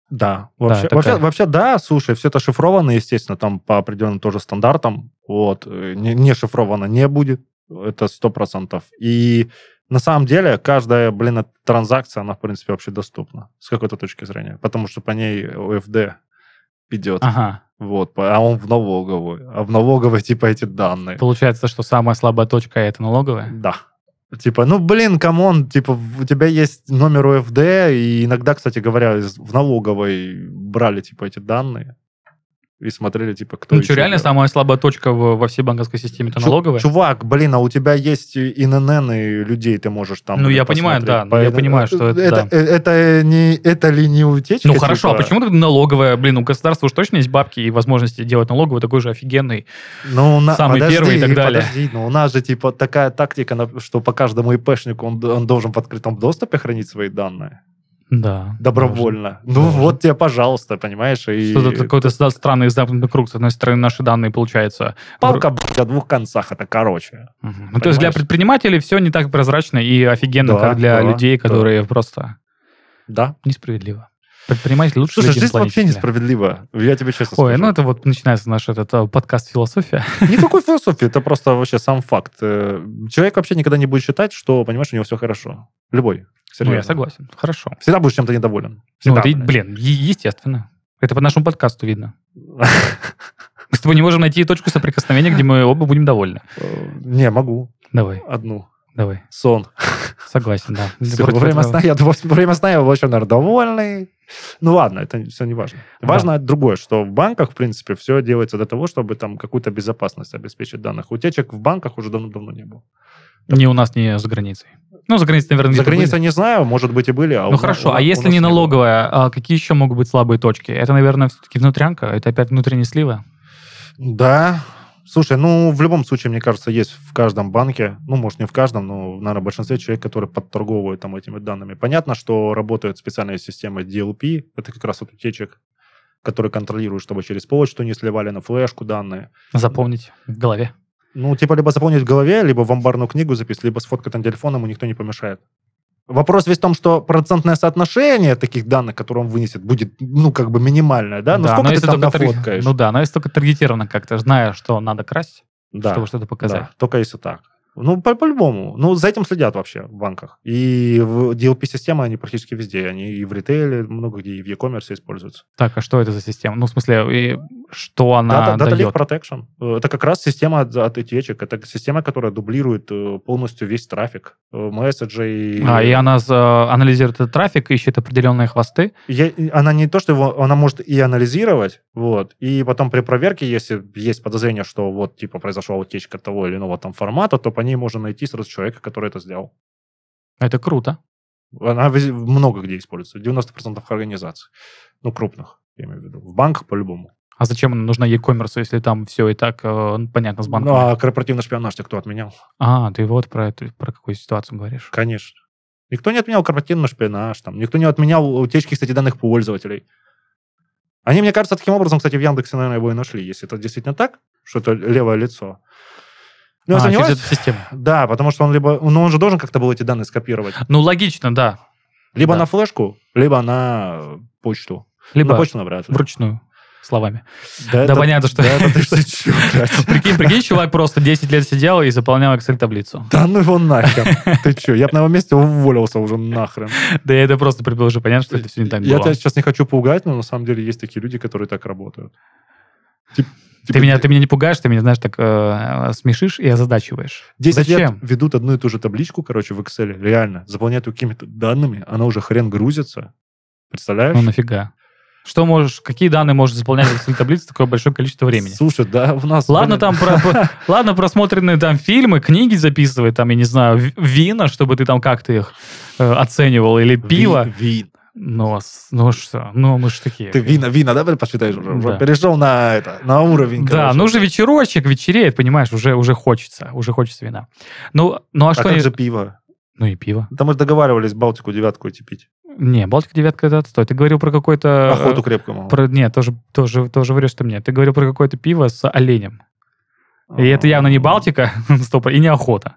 [SPEAKER 2] Да, вообще,
[SPEAKER 1] такая.
[SPEAKER 2] вообще, вообще, да, слушай, все это шифровано, естественно, там по определенным тоже стандартам, вот, э, не, не шифровано не будет, это сто процентов. И на самом деле каждая, блин, эта транзакция, она, в принципе, вообще доступна с какой-то точки зрения, потому что по ней ОФД идет,
[SPEAKER 1] Ага.
[SPEAKER 2] вот, по- а он в налоговую, а в налоговой, типа, эти данные.
[SPEAKER 1] Получается, что самая слабая точка это налоговая.
[SPEAKER 2] Да. Типа, ну, блин, камон, типа, в- у тебя есть номер УФД, и иногда, кстати говоря, из- в налоговой брали, типа, эти данные и смотрели, типа, кто...
[SPEAKER 1] ну
[SPEAKER 2] и чё
[SPEAKER 1] что, реально
[SPEAKER 2] делал.
[SPEAKER 1] самая слабая точка в- во всей банковской системе это
[SPEAKER 2] Чу-
[SPEAKER 1] налоговая?
[SPEAKER 2] Чувак, блин, а у тебя есть и ННН, и людей ты можешь там...
[SPEAKER 1] Ну,
[SPEAKER 2] блин,
[SPEAKER 1] я понимаю,
[SPEAKER 2] посмотреть.
[SPEAKER 1] да, ну, я
[SPEAKER 2] Поэтому
[SPEAKER 1] понимаю, что это
[SPEAKER 2] Это, э, это не, это ли не утечка?
[SPEAKER 1] ну хорошо, а
[SPEAKER 2] типа?
[SPEAKER 1] почему тогда налоговая? Блин, у государства уж точно есть бабки и возможности делать налоговую такой же офигенный.
[SPEAKER 2] Ну, у на-
[SPEAKER 1] Самый
[SPEAKER 2] подожди,
[SPEAKER 1] первый и так далее.
[SPEAKER 2] Подожди, ну у нас же типа такая тактика, на- что по каждому ИПшнику он, д- он должен в открытом доступе хранить свои данные.
[SPEAKER 1] Да.
[SPEAKER 2] Добровольно. Ну
[SPEAKER 1] Должен.
[SPEAKER 2] вот тебе, пожалуйста, понимаешь? И...
[SPEAKER 1] Что-то какой-то ста- странный замкнутый круг. С одной стороны, наши данные, получается,
[SPEAKER 2] Палка блядь, о двух концах, это короче.
[SPEAKER 1] Мгм. Ну, то есть для
[SPEAKER 2] Понимаешь?
[SPEAKER 1] предпринимателей все не так прозрачно и офигенно,
[SPEAKER 2] Да,
[SPEAKER 1] как для
[SPEAKER 2] да,
[SPEAKER 1] людей,
[SPEAKER 2] да.
[SPEAKER 1] которые просто
[SPEAKER 2] Да.
[SPEAKER 1] несправедливо. Предприниматель лучше
[SPEAKER 2] Слушай,
[SPEAKER 1] людей на
[SPEAKER 2] жизнь вообще
[SPEAKER 1] планете
[SPEAKER 2] несправедлива. Я тебе честно
[SPEAKER 1] Земля. Ой,
[SPEAKER 2] скажу.
[SPEAKER 1] ну это вот начинается наш этот э, подкаст «Философия».
[SPEAKER 2] Никакой философии, это просто вообще сам факт. Э, Человек вообще никогда не будет считать, что, понимаешь, у него все хорошо. Любой.
[SPEAKER 1] Ну,
[SPEAKER 2] Серьезно.
[SPEAKER 1] я согласен. Хорошо.
[SPEAKER 2] Всегда будешь чем-то недоволен.
[SPEAKER 1] Ну,
[SPEAKER 2] Всегда.
[SPEAKER 1] это,
[SPEAKER 2] блядь.
[SPEAKER 1] блин, е- естественно. Это по нашему подкасту видно. Мы с тобой не можем найти точку соприкосновения, где мы оба будем довольны.
[SPEAKER 2] Э, Не, могу.
[SPEAKER 1] Давай,
[SPEAKER 2] Одну.
[SPEAKER 1] давай.
[SPEAKER 2] Сон.
[SPEAKER 1] Согласен, да.
[SPEAKER 2] Всё,
[SPEAKER 1] Вроде
[SPEAKER 2] во, время
[SPEAKER 1] этого-
[SPEAKER 2] сна, я, во время сна я вообще, наверное, довольный. Ну ладно, это все не важно.
[SPEAKER 1] Да.
[SPEAKER 2] Важно другое, что в банках, в принципе, все делается для того, чтобы там какую-то безопасность обеспечить данных. Утечек в банках уже давно-давно не было.
[SPEAKER 1] Ни у нас, ни за границей. Ну, за границей, наверное,
[SPEAKER 2] За
[SPEAKER 1] где-то были.
[SPEAKER 2] границей не знаю, может быть и были. а у
[SPEAKER 1] Ну
[SPEAKER 2] нас-
[SPEAKER 1] хорошо,
[SPEAKER 2] у
[SPEAKER 1] а
[SPEAKER 2] нас- у
[SPEAKER 1] если
[SPEAKER 2] нас
[SPEAKER 1] не
[SPEAKER 2] было.
[SPEAKER 1] налоговая, а какие еще могут быть слабые точки? Это, наверное, все-таки внутрянка, это опять внутренние сливы.
[SPEAKER 2] Да. Слушай, ну, в любом случае, мне кажется, есть в каждом банке, ну, может, не в каждом, но, наверное, в большинстве человек, которые подторговывают там этими данными. Понятно, что работают специальные системы DLP, это как раз вот утечек, которые контролируют, чтобы через почту не сливали на флешку данные.
[SPEAKER 1] Запомнить в голове.
[SPEAKER 2] Ну, типа, либо запомнить в голове, либо в амбарную книгу записать, либо сфоткать на телефон, ему никто не помешает. Вопрос весь в том, что процентное соотношение таких данных, которые он вынесет, будет, ну, как бы минимальное, да? Ну,
[SPEAKER 1] но
[SPEAKER 2] сколько ты
[SPEAKER 1] если
[SPEAKER 2] там
[SPEAKER 1] только тар-
[SPEAKER 2] нафоткаешь?
[SPEAKER 1] Ну да, но если только таргетированно как-то, зная, что надо красить,
[SPEAKER 2] да.
[SPEAKER 1] чтобы что-то показать.
[SPEAKER 2] Да, только если так. Ну, по- по-любому. ну, за этим следят вообще в банках. И в DLP-системы, они практически везде. Они и в ритейле, много где, и в e-commerce используются.
[SPEAKER 1] Так, а что это за система? Ну, в смысле, и что она
[SPEAKER 2] Data, Data Leak
[SPEAKER 1] дает?
[SPEAKER 2] Protection. э, Это как раз система от, от утечек. Это система, которая дублирует э, полностью весь трафик. э, Месседжи.
[SPEAKER 1] А, и она за- анализирует этот трафик, ищет определенные хвосты.
[SPEAKER 2] Я- она не то, что его, она может и анализировать, вот, и потом при проверке, если есть подозрение, что вот, типа, произошла утечка того или иного там формата, то по ней можно найти сразу человека, который это сделал.
[SPEAKER 1] Это круто.
[SPEAKER 2] Она вез- много где используется. в 90% организаций. Ну, крупных, я имею в виду. В банках по-любому.
[SPEAKER 1] А зачем она нужна e-commerce, если там все и так э, понятно с банком?
[SPEAKER 2] Ну, а корпоративный шпионаж-то кто отменял?
[SPEAKER 1] А, ты вот про, эту- про какую ситуацию говоришь.
[SPEAKER 2] Конечно. Никто не отменял корпоративный шпионаж. Там. Никто не отменял утечки, кстати, данных пользователей. Они, мне кажется, таким образом, кстати, в Яндексе, наверное, его и нашли. Если это действительно так, что это левое лицо. Ну, я
[SPEAKER 1] а, через
[SPEAKER 2] сомневаюсь.
[SPEAKER 1] эту систему.
[SPEAKER 2] Да, потому что он либо... Ну, он же должен как-то был эти данные скопировать.
[SPEAKER 1] Ну, логично, да.
[SPEAKER 2] Либо
[SPEAKER 1] Да.
[SPEAKER 2] на флешку, либо на э, почту.
[SPEAKER 1] Либо
[SPEAKER 2] На почту навряд ли.
[SPEAKER 1] вручную, словами.
[SPEAKER 2] Да,
[SPEAKER 1] да
[SPEAKER 2] это-
[SPEAKER 1] понятно, что...
[SPEAKER 2] Да, это ты шучу, блядь.
[SPEAKER 1] Прикинь, прикинь, чувак просто 10 лет сидел и заполнял Excel-таблицу.
[SPEAKER 2] Да ну его нахер. Ты че? Я бы на его месте уволился уже нахрен.
[SPEAKER 1] Да я это просто предположу, понятно, А что это все не так
[SPEAKER 2] Я тебя
[SPEAKER 1] было.
[SPEAKER 2] сейчас не хочу пугать, но на самом деле есть такие люди, которые так работают. Тип-
[SPEAKER 1] Ты
[SPEAKER 2] типа
[SPEAKER 1] меня, ты меня не пугаешь, ты меня, знаешь, так э, смешишь и озадачиваешь.
[SPEAKER 2] 10 лет
[SPEAKER 1] Зачем?
[SPEAKER 2] ведут одну и ту же табличку, короче, в Excel, реально, заполняют ее какими-то данными, она уже хрен грузится. Представляешь?
[SPEAKER 1] Ну нафига. Что можешь, какие данные можешь заполнять в Excel-таблице такое большое количество времени?
[SPEAKER 2] Слушай, да, у нас...
[SPEAKER 1] Ладно,
[SPEAKER 2] блин,
[SPEAKER 1] там про- про- ладно, просмотренные там фильмы, книги записывай, там, я не знаю, ви- вина, чтобы ты там как-то их э, оценивал, или
[SPEAKER 2] ви-
[SPEAKER 1] пиво.
[SPEAKER 2] Вин.
[SPEAKER 1] Ну, с- ну что, ну мы же такие.
[SPEAKER 2] Ты вина, вина, да, блин, посчитаешь уже? Уже
[SPEAKER 1] Да.
[SPEAKER 2] перешел на это, на уровень,
[SPEAKER 1] Да,
[SPEAKER 2] короче.
[SPEAKER 1] ну уже вечерочек, вечереет, понимаешь, уже, уже хочется, уже хочется вина. Ну, ну а,
[SPEAKER 2] А
[SPEAKER 1] что...
[SPEAKER 2] как
[SPEAKER 1] не-
[SPEAKER 2] же пиво?
[SPEAKER 1] Ну и пиво.
[SPEAKER 2] Там мы же договаривались Балтику девятку идти пить.
[SPEAKER 1] Не, Балтика девятка это отстой. Ты говорил про какой-то... э,
[SPEAKER 2] Охоту крепкому.
[SPEAKER 1] Про, не, тоже, тоже, тоже врешь ты мне. Ты говорил про какое-то пиво с оленем. И это явно не Балтика, стоп, и не охота.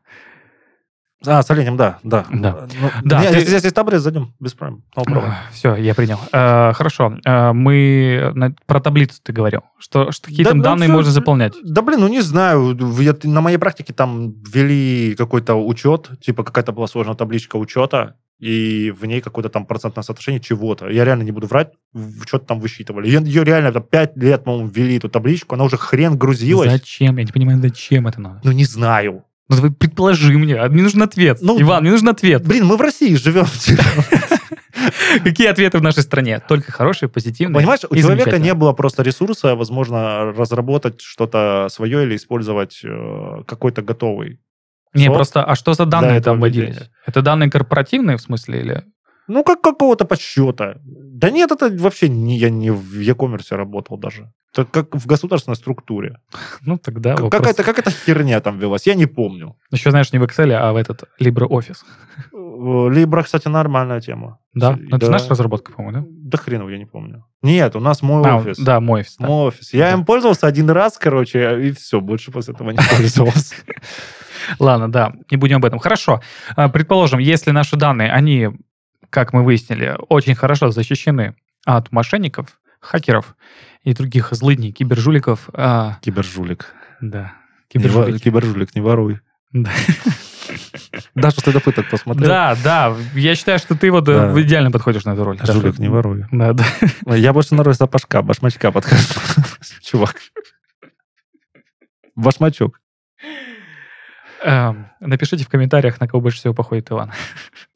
[SPEAKER 2] А, с оленем, да, да.
[SPEAKER 1] Да.
[SPEAKER 2] Ну,
[SPEAKER 1] Да,
[SPEAKER 2] не,
[SPEAKER 1] ты-
[SPEAKER 2] если здесь таблет, зайдем, без проблем. No problem.
[SPEAKER 1] Все, А, я принял. Э, Хорошо. Э, Мы на- про таблицу ты говорил. Что что какие
[SPEAKER 2] Да,
[SPEAKER 1] там
[SPEAKER 2] ну,
[SPEAKER 1] данные
[SPEAKER 2] всё.
[SPEAKER 1] можно заполнять?
[SPEAKER 2] Да, блин, ну не знаю. В- я- на моей практике там ввели какой-то учет, типа какая-то была сложная табличка учета, и в ней какое-то там процентное соотношение чего-то. Я реально не буду врать, в- что-то там высчитывали. Ее, реально там 5 лет, по-моему, ввели эту табличку, она уже хрен грузилась.
[SPEAKER 1] Зачем? Я не понимаю, зачем это надо.
[SPEAKER 2] Ну не знаю.
[SPEAKER 1] Ну, вы Предположи мне. а Мне нужен ответ.
[SPEAKER 2] Ну,
[SPEAKER 1] Иван, мне нужен ответ.
[SPEAKER 2] Блин, мы в России живем. типа.
[SPEAKER 1] Какие ответы в нашей стране? Только хорошие, позитивные.
[SPEAKER 2] Понимаешь, у
[SPEAKER 1] и
[SPEAKER 2] человека
[SPEAKER 1] замечательные.
[SPEAKER 2] не было просто ресурса, возможно, разработать что-то свое или использовать э, какой-то готовый.
[SPEAKER 1] Не,
[SPEAKER 2] софт.
[SPEAKER 1] просто, а что за данные
[SPEAKER 2] этого
[SPEAKER 1] там вводились?
[SPEAKER 2] введения.
[SPEAKER 1] Это данные корпоративные, в смысле, или...
[SPEAKER 2] Ну, как какого-то подсчета. Да нет, это вообще не, я не в e-commerce работал даже. Это как в государственной структуре.
[SPEAKER 1] Ну, тогда
[SPEAKER 2] Как-
[SPEAKER 1] вопрос.
[SPEAKER 2] Какая-то какая херня там велась, я не помню.
[SPEAKER 1] Еще, знаешь, не в Excel, а в этот LibreOffice.
[SPEAKER 2] Э, Либра, кстати, нормальная тема.
[SPEAKER 1] Да?
[SPEAKER 2] С-
[SPEAKER 1] Ну, Это же наша разработка, по-моему,
[SPEAKER 2] Да хренов, я не помню. Нет, у нас мой
[SPEAKER 1] да? А,
[SPEAKER 2] офис.
[SPEAKER 1] да, мой офис. да.
[SPEAKER 2] Мой офис. Я
[SPEAKER 1] Да.
[SPEAKER 2] им пользовался один раз, короче, и все, больше после этого не пользовался.
[SPEAKER 1] Ладно, да, не будем об этом. Хорошо. А, Предположим, если наши данные, они, как мы выяснили, очень хорошо защищены от мошенников, хакеров и других злыдней, кибержуликов. а,
[SPEAKER 2] Кибержулик.
[SPEAKER 1] да,
[SPEAKER 2] Не ва-
[SPEAKER 1] кибержулики.
[SPEAKER 2] Кибержулик, не воруй.
[SPEAKER 1] Да.
[SPEAKER 2] Дашу следопыток посмотрел.
[SPEAKER 1] Да, да. Я считаю, что ты вот
[SPEAKER 2] Да.
[SPEAKER 1] э, идеально подходишь на эту роль. Даша.
[SPEAKER 2] Жулик, не воруй.
[SPEAKER 1] Да, да.
[SPEAKER 2] Я больше на роль сапожка, башмачка подхожу. Чувак. Башмачок.
[SPEAKER 1] Эм, Напишите в комментариях, на кого больше всего походит Иван.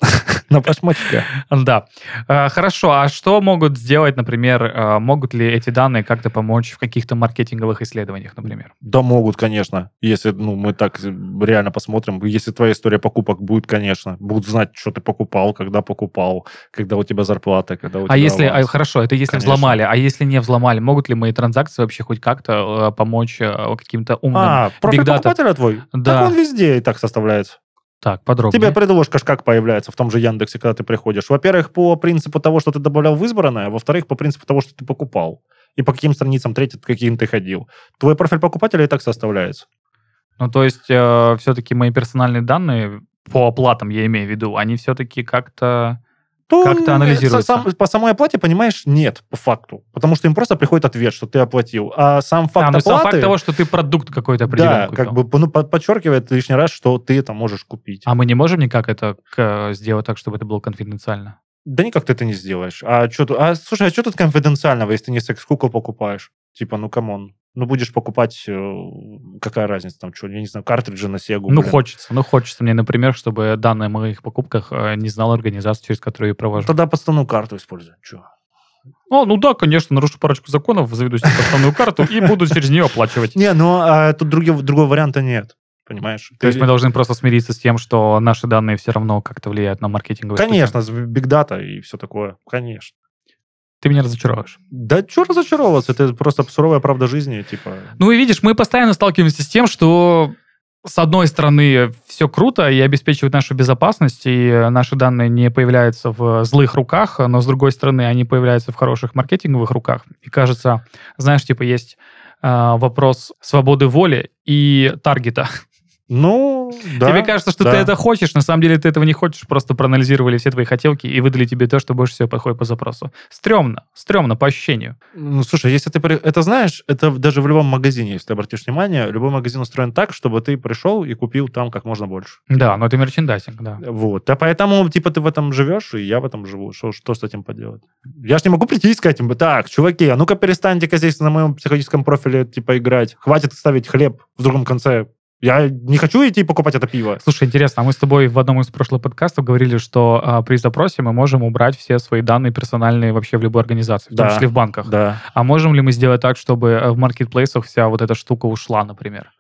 [SPEAKER 2] На башмачка.
[SPEAKER 1] Да. Э, Хорошо, а что могут сделать, например, э, могут ли эти данные как-то помочь в каких-то маркетинговых исследованиях, например?
[SPEAKER 2] Да могут, конечно. Если ну, мы так реально посмотрим. Если твоя история покупок будет, конечно. Будут знать, что ты покупал, когда покупал, когда у тебя зарплата, когда у тебя
[SPEAKER 1] А если, а,
[SPEAKER 2] аванс.
[SPEAKER 1] хорошо, это если
[SPEAKER 2] Конечно.
[SPEAKER 1] взломали, а если не взломали, могут ли мои транзакции вообще хоть как-то э, помочь э, каким-то умным?
[SPEAKER 2] А, профиль
[SPEAKER 1] Big Data.
[SPEAKER 2] покупателя твой?
[SPEAKER 1] Да.
[SPEAKER 2] Так он везде и так составляется.
[SPEAKER 1] Так, подробнее.
[SPEAKER 2] Тебе предложка ж как появляется в том же Яндексе, когда ты приходишь. Во-первых, по принципу того, что ты добавлял в избранное, а во-вторых, по принципу того, что ты покупал. И по каким страницам, третьим, каким ты ходил. Твой профиль покупателя и так составляется.
[SPEAKER 1] Ну, то есть, все-таки мои персональные данные по оплатам, я имею в виду, они все-таки как-то...
[SPEAKER 2] то
[SPEAKER 1] Как-то
[SPEAKER 2] э,
[SPEAKER 1] анализируется.
[SPEAKER 2] сам- по самой оплате, понимаешь, нет, по факту. Потому что им просто приходит ответ, что ты оплатил. А сам факт
[SPEAKER 1] А, ну, сам
[SPEAKER 2] оплаты...
[SPEAKER 1] факт того, что ты продукт какой-то определенный
[SPEAKER 2] да,
[SPEAKER 1] купил.
[SPEAKER 2] как бы ну, по- подчеркивает лишний раз, что ты это можешь купить.
[SPEAKER 1] А мы не можем никак это к- сделать так, чтобы это было конфиденциально?
[SPEAKER 2] Да никак ты это не сделаешь. А что а, слушай, а что тут конфиденциального, если ты не секс-кукол покупаешь? Типа, ну камон. Ну будешь покупать, э, какая разница там, что, я не знаю, картриджи на Сегу.
[SPEAKER 1] ну,
[SPEAKER 2] блин.
[SPEAKER 1] хочется. Ну, хочется мне, например, чтобы данные о моих покупках э, не знала организация, через которую я провожу.
[SPEAKER 2] Тогда подставную карту используй. Чё?
[SPEAKER 1] О, ну да, конечно, нарушу парочку законов, заведу себе подставную карту и буду через нее оплачивать.
[SPEAKER 2] Не, ну а тут других- другого варианта нет. Понимаешь?
[SPEAKER 1] То есть
[SPEAKER 2] Ты-
[SPEAKER 1] мы должны просто смириться с тем, что наши данные все равно как-то влияют на маркетинговые штуки.
[SPEAKER 2] Конечно, с бигдата и все такое. Конечно.
[SPEAKER 1] Ты меня разочаровываешь.
[SPEAKER 2] Да что разочаровываться? Это просто суровая правда жизни, типа.
[SPEAKER 1] Ну и видишь, мы постоянно сталкиваемся с тем, что с одной стороны все круто и обеспечивают нашу безопасность, и э, наши данные не появляются в э, злых руках, но с другой стороны они появляются в хороших маркетинговых руках. И кажется, знаешь, типа есть э, вопрос свободы воли и таргета.
[SPEAKER 2] Ну, да.
[SPEAKER 1] Тебе кажется, что
[SPEAKER 2] да.
[SPEAKER 1] ты это хочешь, на самом деле ты этого не хочешь, просто проанализировали все твои хотелки и выдали тебе то, что больше всего подходит по запросу. Стремно, стремно по ощущению.
[SPEAKER 2] Ну, слушай, если ты... при- Это знаешь, это в- даже в любом магазине, если ты обратишь внимание, любой магазин устроен так, чтобы ты пришел и купил там как можно больше.
[SPEAKER 1] Да, но это мерчендайзинг, да.
[SPEAKER 2] Вот. А поэтому, типа, ты в этом живешь, и я в этом живу. Что, что с этим поделать? Я ж не могу прийти и сказать им, так, чуваки, а ну-ка перестаньте-ка здесь на моем психологическом профиле, типа, играть. Хватит ставить хлеб в другом конце. Я не хочу идти покупать это пиво.
[SPEAKER 1] Слушай, интересно, а мы с тобой в одном из прошлых подкастов говорили, что а, при запросе мы можем убрать все свои данные персональные вообще в любой организации, в том
[SPEAKER 2] Да.
[SPEAKER 1] числе в банках.
[SPEAKER 2] Да.
[SPEAKER 1] А можем ли мы сделать так, чтобы э, в маркетплейсах вся вот эта штука ушла, например?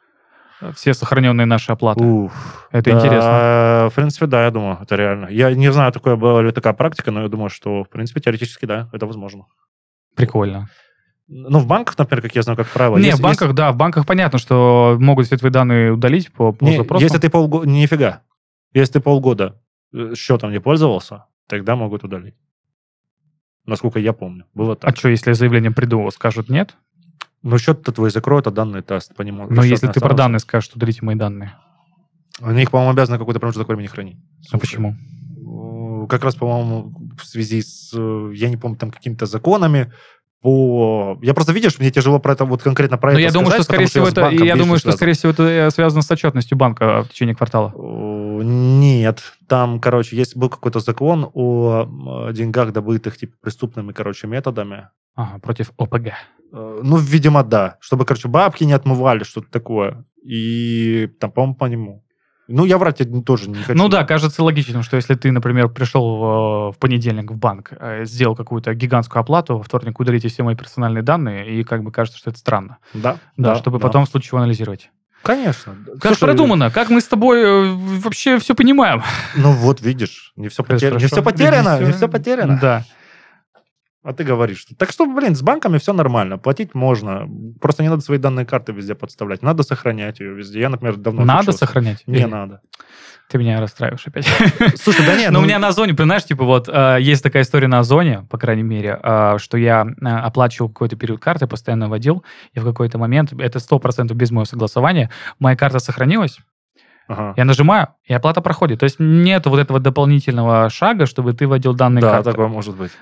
[SPEAKER 1] Э, Все сохраненные наши оплаты.
[SPEAKER 2] Уф,
[SPEAKER 1] а Это
[SPEAKER 2] да,
[SPEAKER 1] интересно.
[SPEAKER 2] В принципе, да, я думаю, это реально. Я не знаю, такое была ли такая практика, но я думаю, что, в принципе, теоретически, да, это возможно.
[SPEAKER 1] Прикольно.
[SPEAKER 2] Ну, в банках, например, как я знаю, как правило.
[SPEAKER 1] не,
[SPEAKER 2] если-
[SPEAKER 1] в банках, да, в банках понятно, что могут все твои данные удалить по, по
[SPEAKER 2] если- не,
[SPEAKER 1] запросу.
[SPEAKER 2] если ты полгода... Нифига. Если ты полгода э, счетом не пользовался, тогда могут удалить. Насколько я помню. Было
[SPEAKER 1] А
[SPEAKER 2] так.
[SPEAKER 1] что, если я заявление приду, скажут нет?
[SPEAKER 2] Но счет-то твой закроют, а данные таст по нему.
[SPEAKER 1] Но
[SPEAKER 2] счет
[SPEAKER 1] если
[SPEAKER 2] не
[SPEAKER 1] ты про
[SPEAKER 2] останутся.
[SPEAKER 1] данные скажешь, удалите мои данные.
[SPEAKER 2] Они их, по-моему, обязаны какой-то промежуток времени хранить.
[SPEAKER 1] А
[SPEAKER 2] Слушай,
[SPEAKER 1] почему?
[SPEAKER 2] Э, как раз, по-моему, в связи с, э, я не помню, там какими-то законами по... Я просто, видишь, мне тяжело про это вот конкретно про
[SPEAKER 1] Но Ну,
[SPEAKER 2] это
[SPEAKER 1] я думаю, что,
[SPEAKER 2] сказать,
[SPEAKER 1] скорее всего,
[SPEAKER 2] потому я с
[SPEAKER 1] это,
[SPEAKER 2] банком
[SPEAKER 1] я думаю,
[SPEAKER 2] лично
[SPEAKER 1] что,
[SPEAKER 2] связан.
[SPEAKER 1] скорее всего, это э, связано с отчетностью банка в течение квартала.
[SPEAKER 2] Э, Нет, там, короче, есть был какой-то закон о э, деньгах, добытых типа преступными, короче, методами.
[SPEAKER 1] Ага, против ОПГ.
[SPEAKER 2] Э, Ну, видимо, да. Чтобы, короче, бабки не отмывали, что-то такое. И там, по-моему, по нему. Ну, я врать я тоже не хочу.
[SPEAKER 1] Ну да, кажется логичным, что если ты, например, пришел э, в понедельник в банк, э, сделал какую-то гигантскую оплату, во вторник удалите все мои персональные данные, и как бы кажется, что это странно.
[SPEAKER 2] Да,
[SPEAKER 1] Да, чтобы потом в случае его анализировать.
[SPEAKER 2] Конечно.
[SPEAKER 1] Как
[SPEAKER 2] Слушай,
[SPEAKER 1] продумано, как мы с тобой э, вообще все понимаем.
[SPEAKER 2] Ну вот, видишь, не все,
[SPEAKER 1] Хорошо,
[SPEAKER 2] потеряно, не все
[SPEAKER 1] хорошо.
[SPEAKER 2] потеряно,
[SPEAKER 1] Видишь,
[SPEAKER 2] не все потеряно.
[SPEAKER 1] Да.
[SPEAKER 2] А ты говоришь. что- Так что, блин, с банками все нормально, платить можно. Просто не надо свои данные карты везде подставлять. Надо сохранять ее везде. Я, например, давно
[SPEAKER 1] Надо
[SPEAKER 2] отучился.
[SPEAKER 1] сохранять?
[SPEAKER 2] Ну, Не
[SPEAKER 1] Или
[SPEAKER 2] надо.
[SPEAKER 1] Ты меня расстраиваешь опять.
[SPEAKER 2] Слушай, да не, ну,
[SPEAKER 1] Но у меня на зоне, понимаешь, типа вот э, есть такая история на зоне, по крайней мере, э, что я э, оплачивал какой-то период карты, постоянно водил, и в какой-то момент, это 100% без моего согласования, моя карта сохранилась,
[SPEAKER 2] Ага.
[SPEAKER 1] я нажимаю, и оплата проходит. То есть нет вот этого дополнительного шага, чтобы ты водил данные
[SPEAKER 2] Да,
[SPEAKER 1] карты.
[SPEAKER 2] такое может быть.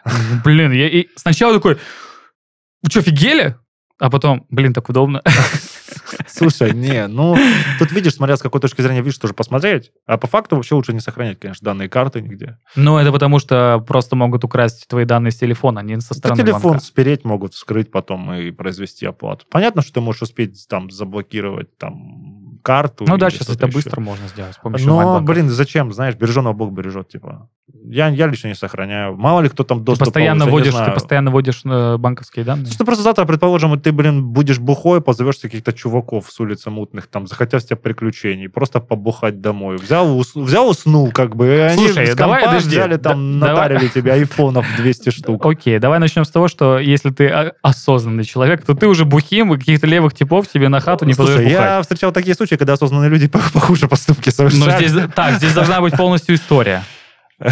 [SPEAKER 1] Блин, я и сначала такой, вы что, офигели? А потом, блин, так удобно.
[SPEAKER 2] Слушай, не, ну, тут видишь, смотря с какой точки зрения видишь, тоже посмотреть. А по факту вообще лучше не сохранять, конечно, данные карты нигде.
[SPEAKER 1] Ну, это потому что просто могут украсть твои данные с телефона, а не со
[SPEAKER 2] Да
[SPEAKER 1] стороны
[SPEAKER 2] телефон
[SPEAKER 1] банка.
[SPEAKER 2] спереть могут, вскрыть потом и произвести оплату. Понятно, что ты можешь успеть там заблокировать там карту.
[SPEAKER 1] Ну да,
[SPEAKER 2] или
[SPEAKER 1] сейчас это
[SPEAKER 2] что-то еще.
[SPEAKER 1] быстро можно сделать с помощью
[SPEAKER 2] Но,
[SPEAKER 1] онлайн-банка.
[SPEAKER 2] блин, зачем, знаешь, береженого Бог бережет, типа. Я, я лично не сохраняю. Мало ли кто там
[SPEAKER 1] Ты
[SPEAKER 2] доступ
[SPEAKER 1] постоянно,
[SPEAKER 2] получит, я не
[SPEAKER 1] вводишь, ты
[SPEAKER 2] знаю.
[SPEAKER 1] постоянно вводишь э, банковские данные.
[SPEAKER 2] Слушай, Ты Ну, просто завтра, предположим, вот ты, блин, будешь бухой, позовешь каких-то чуваков с улицы мутных, там, захотя с тебя приключений, просто побухать домой. Взял, ус- взял уснул, как бы, и они
[SPEAKER 1] Слушай,
[SPEAKER 2] с
[SPEAKER 1] давай,
[SPEAKER 2] компа
[SPEAKER 1] подожди,
[SPEAKER 2] взяли, там,
[SPEAKER 1] да- давай.
[SPEAKER 2] натарили тебе айфонов 200 штук.
[SPEAKER 1] Окей, давай начнем с того, что если ты о- осознанный человек, то ты уже бухим, и каких-то левых типов тебе на хату не
[SPEAKER 2] Слушай,
[SPEAKER 1] позовешь бухать.
[SPEAKER 2] я встречал такие случаи, когда осознанные люди по- похуже поступки
[SPEAKER 1] Но
[SPEAKER 2] совершали.
[SPEAKER 1] здесь, так, здесь должна быть полностью история.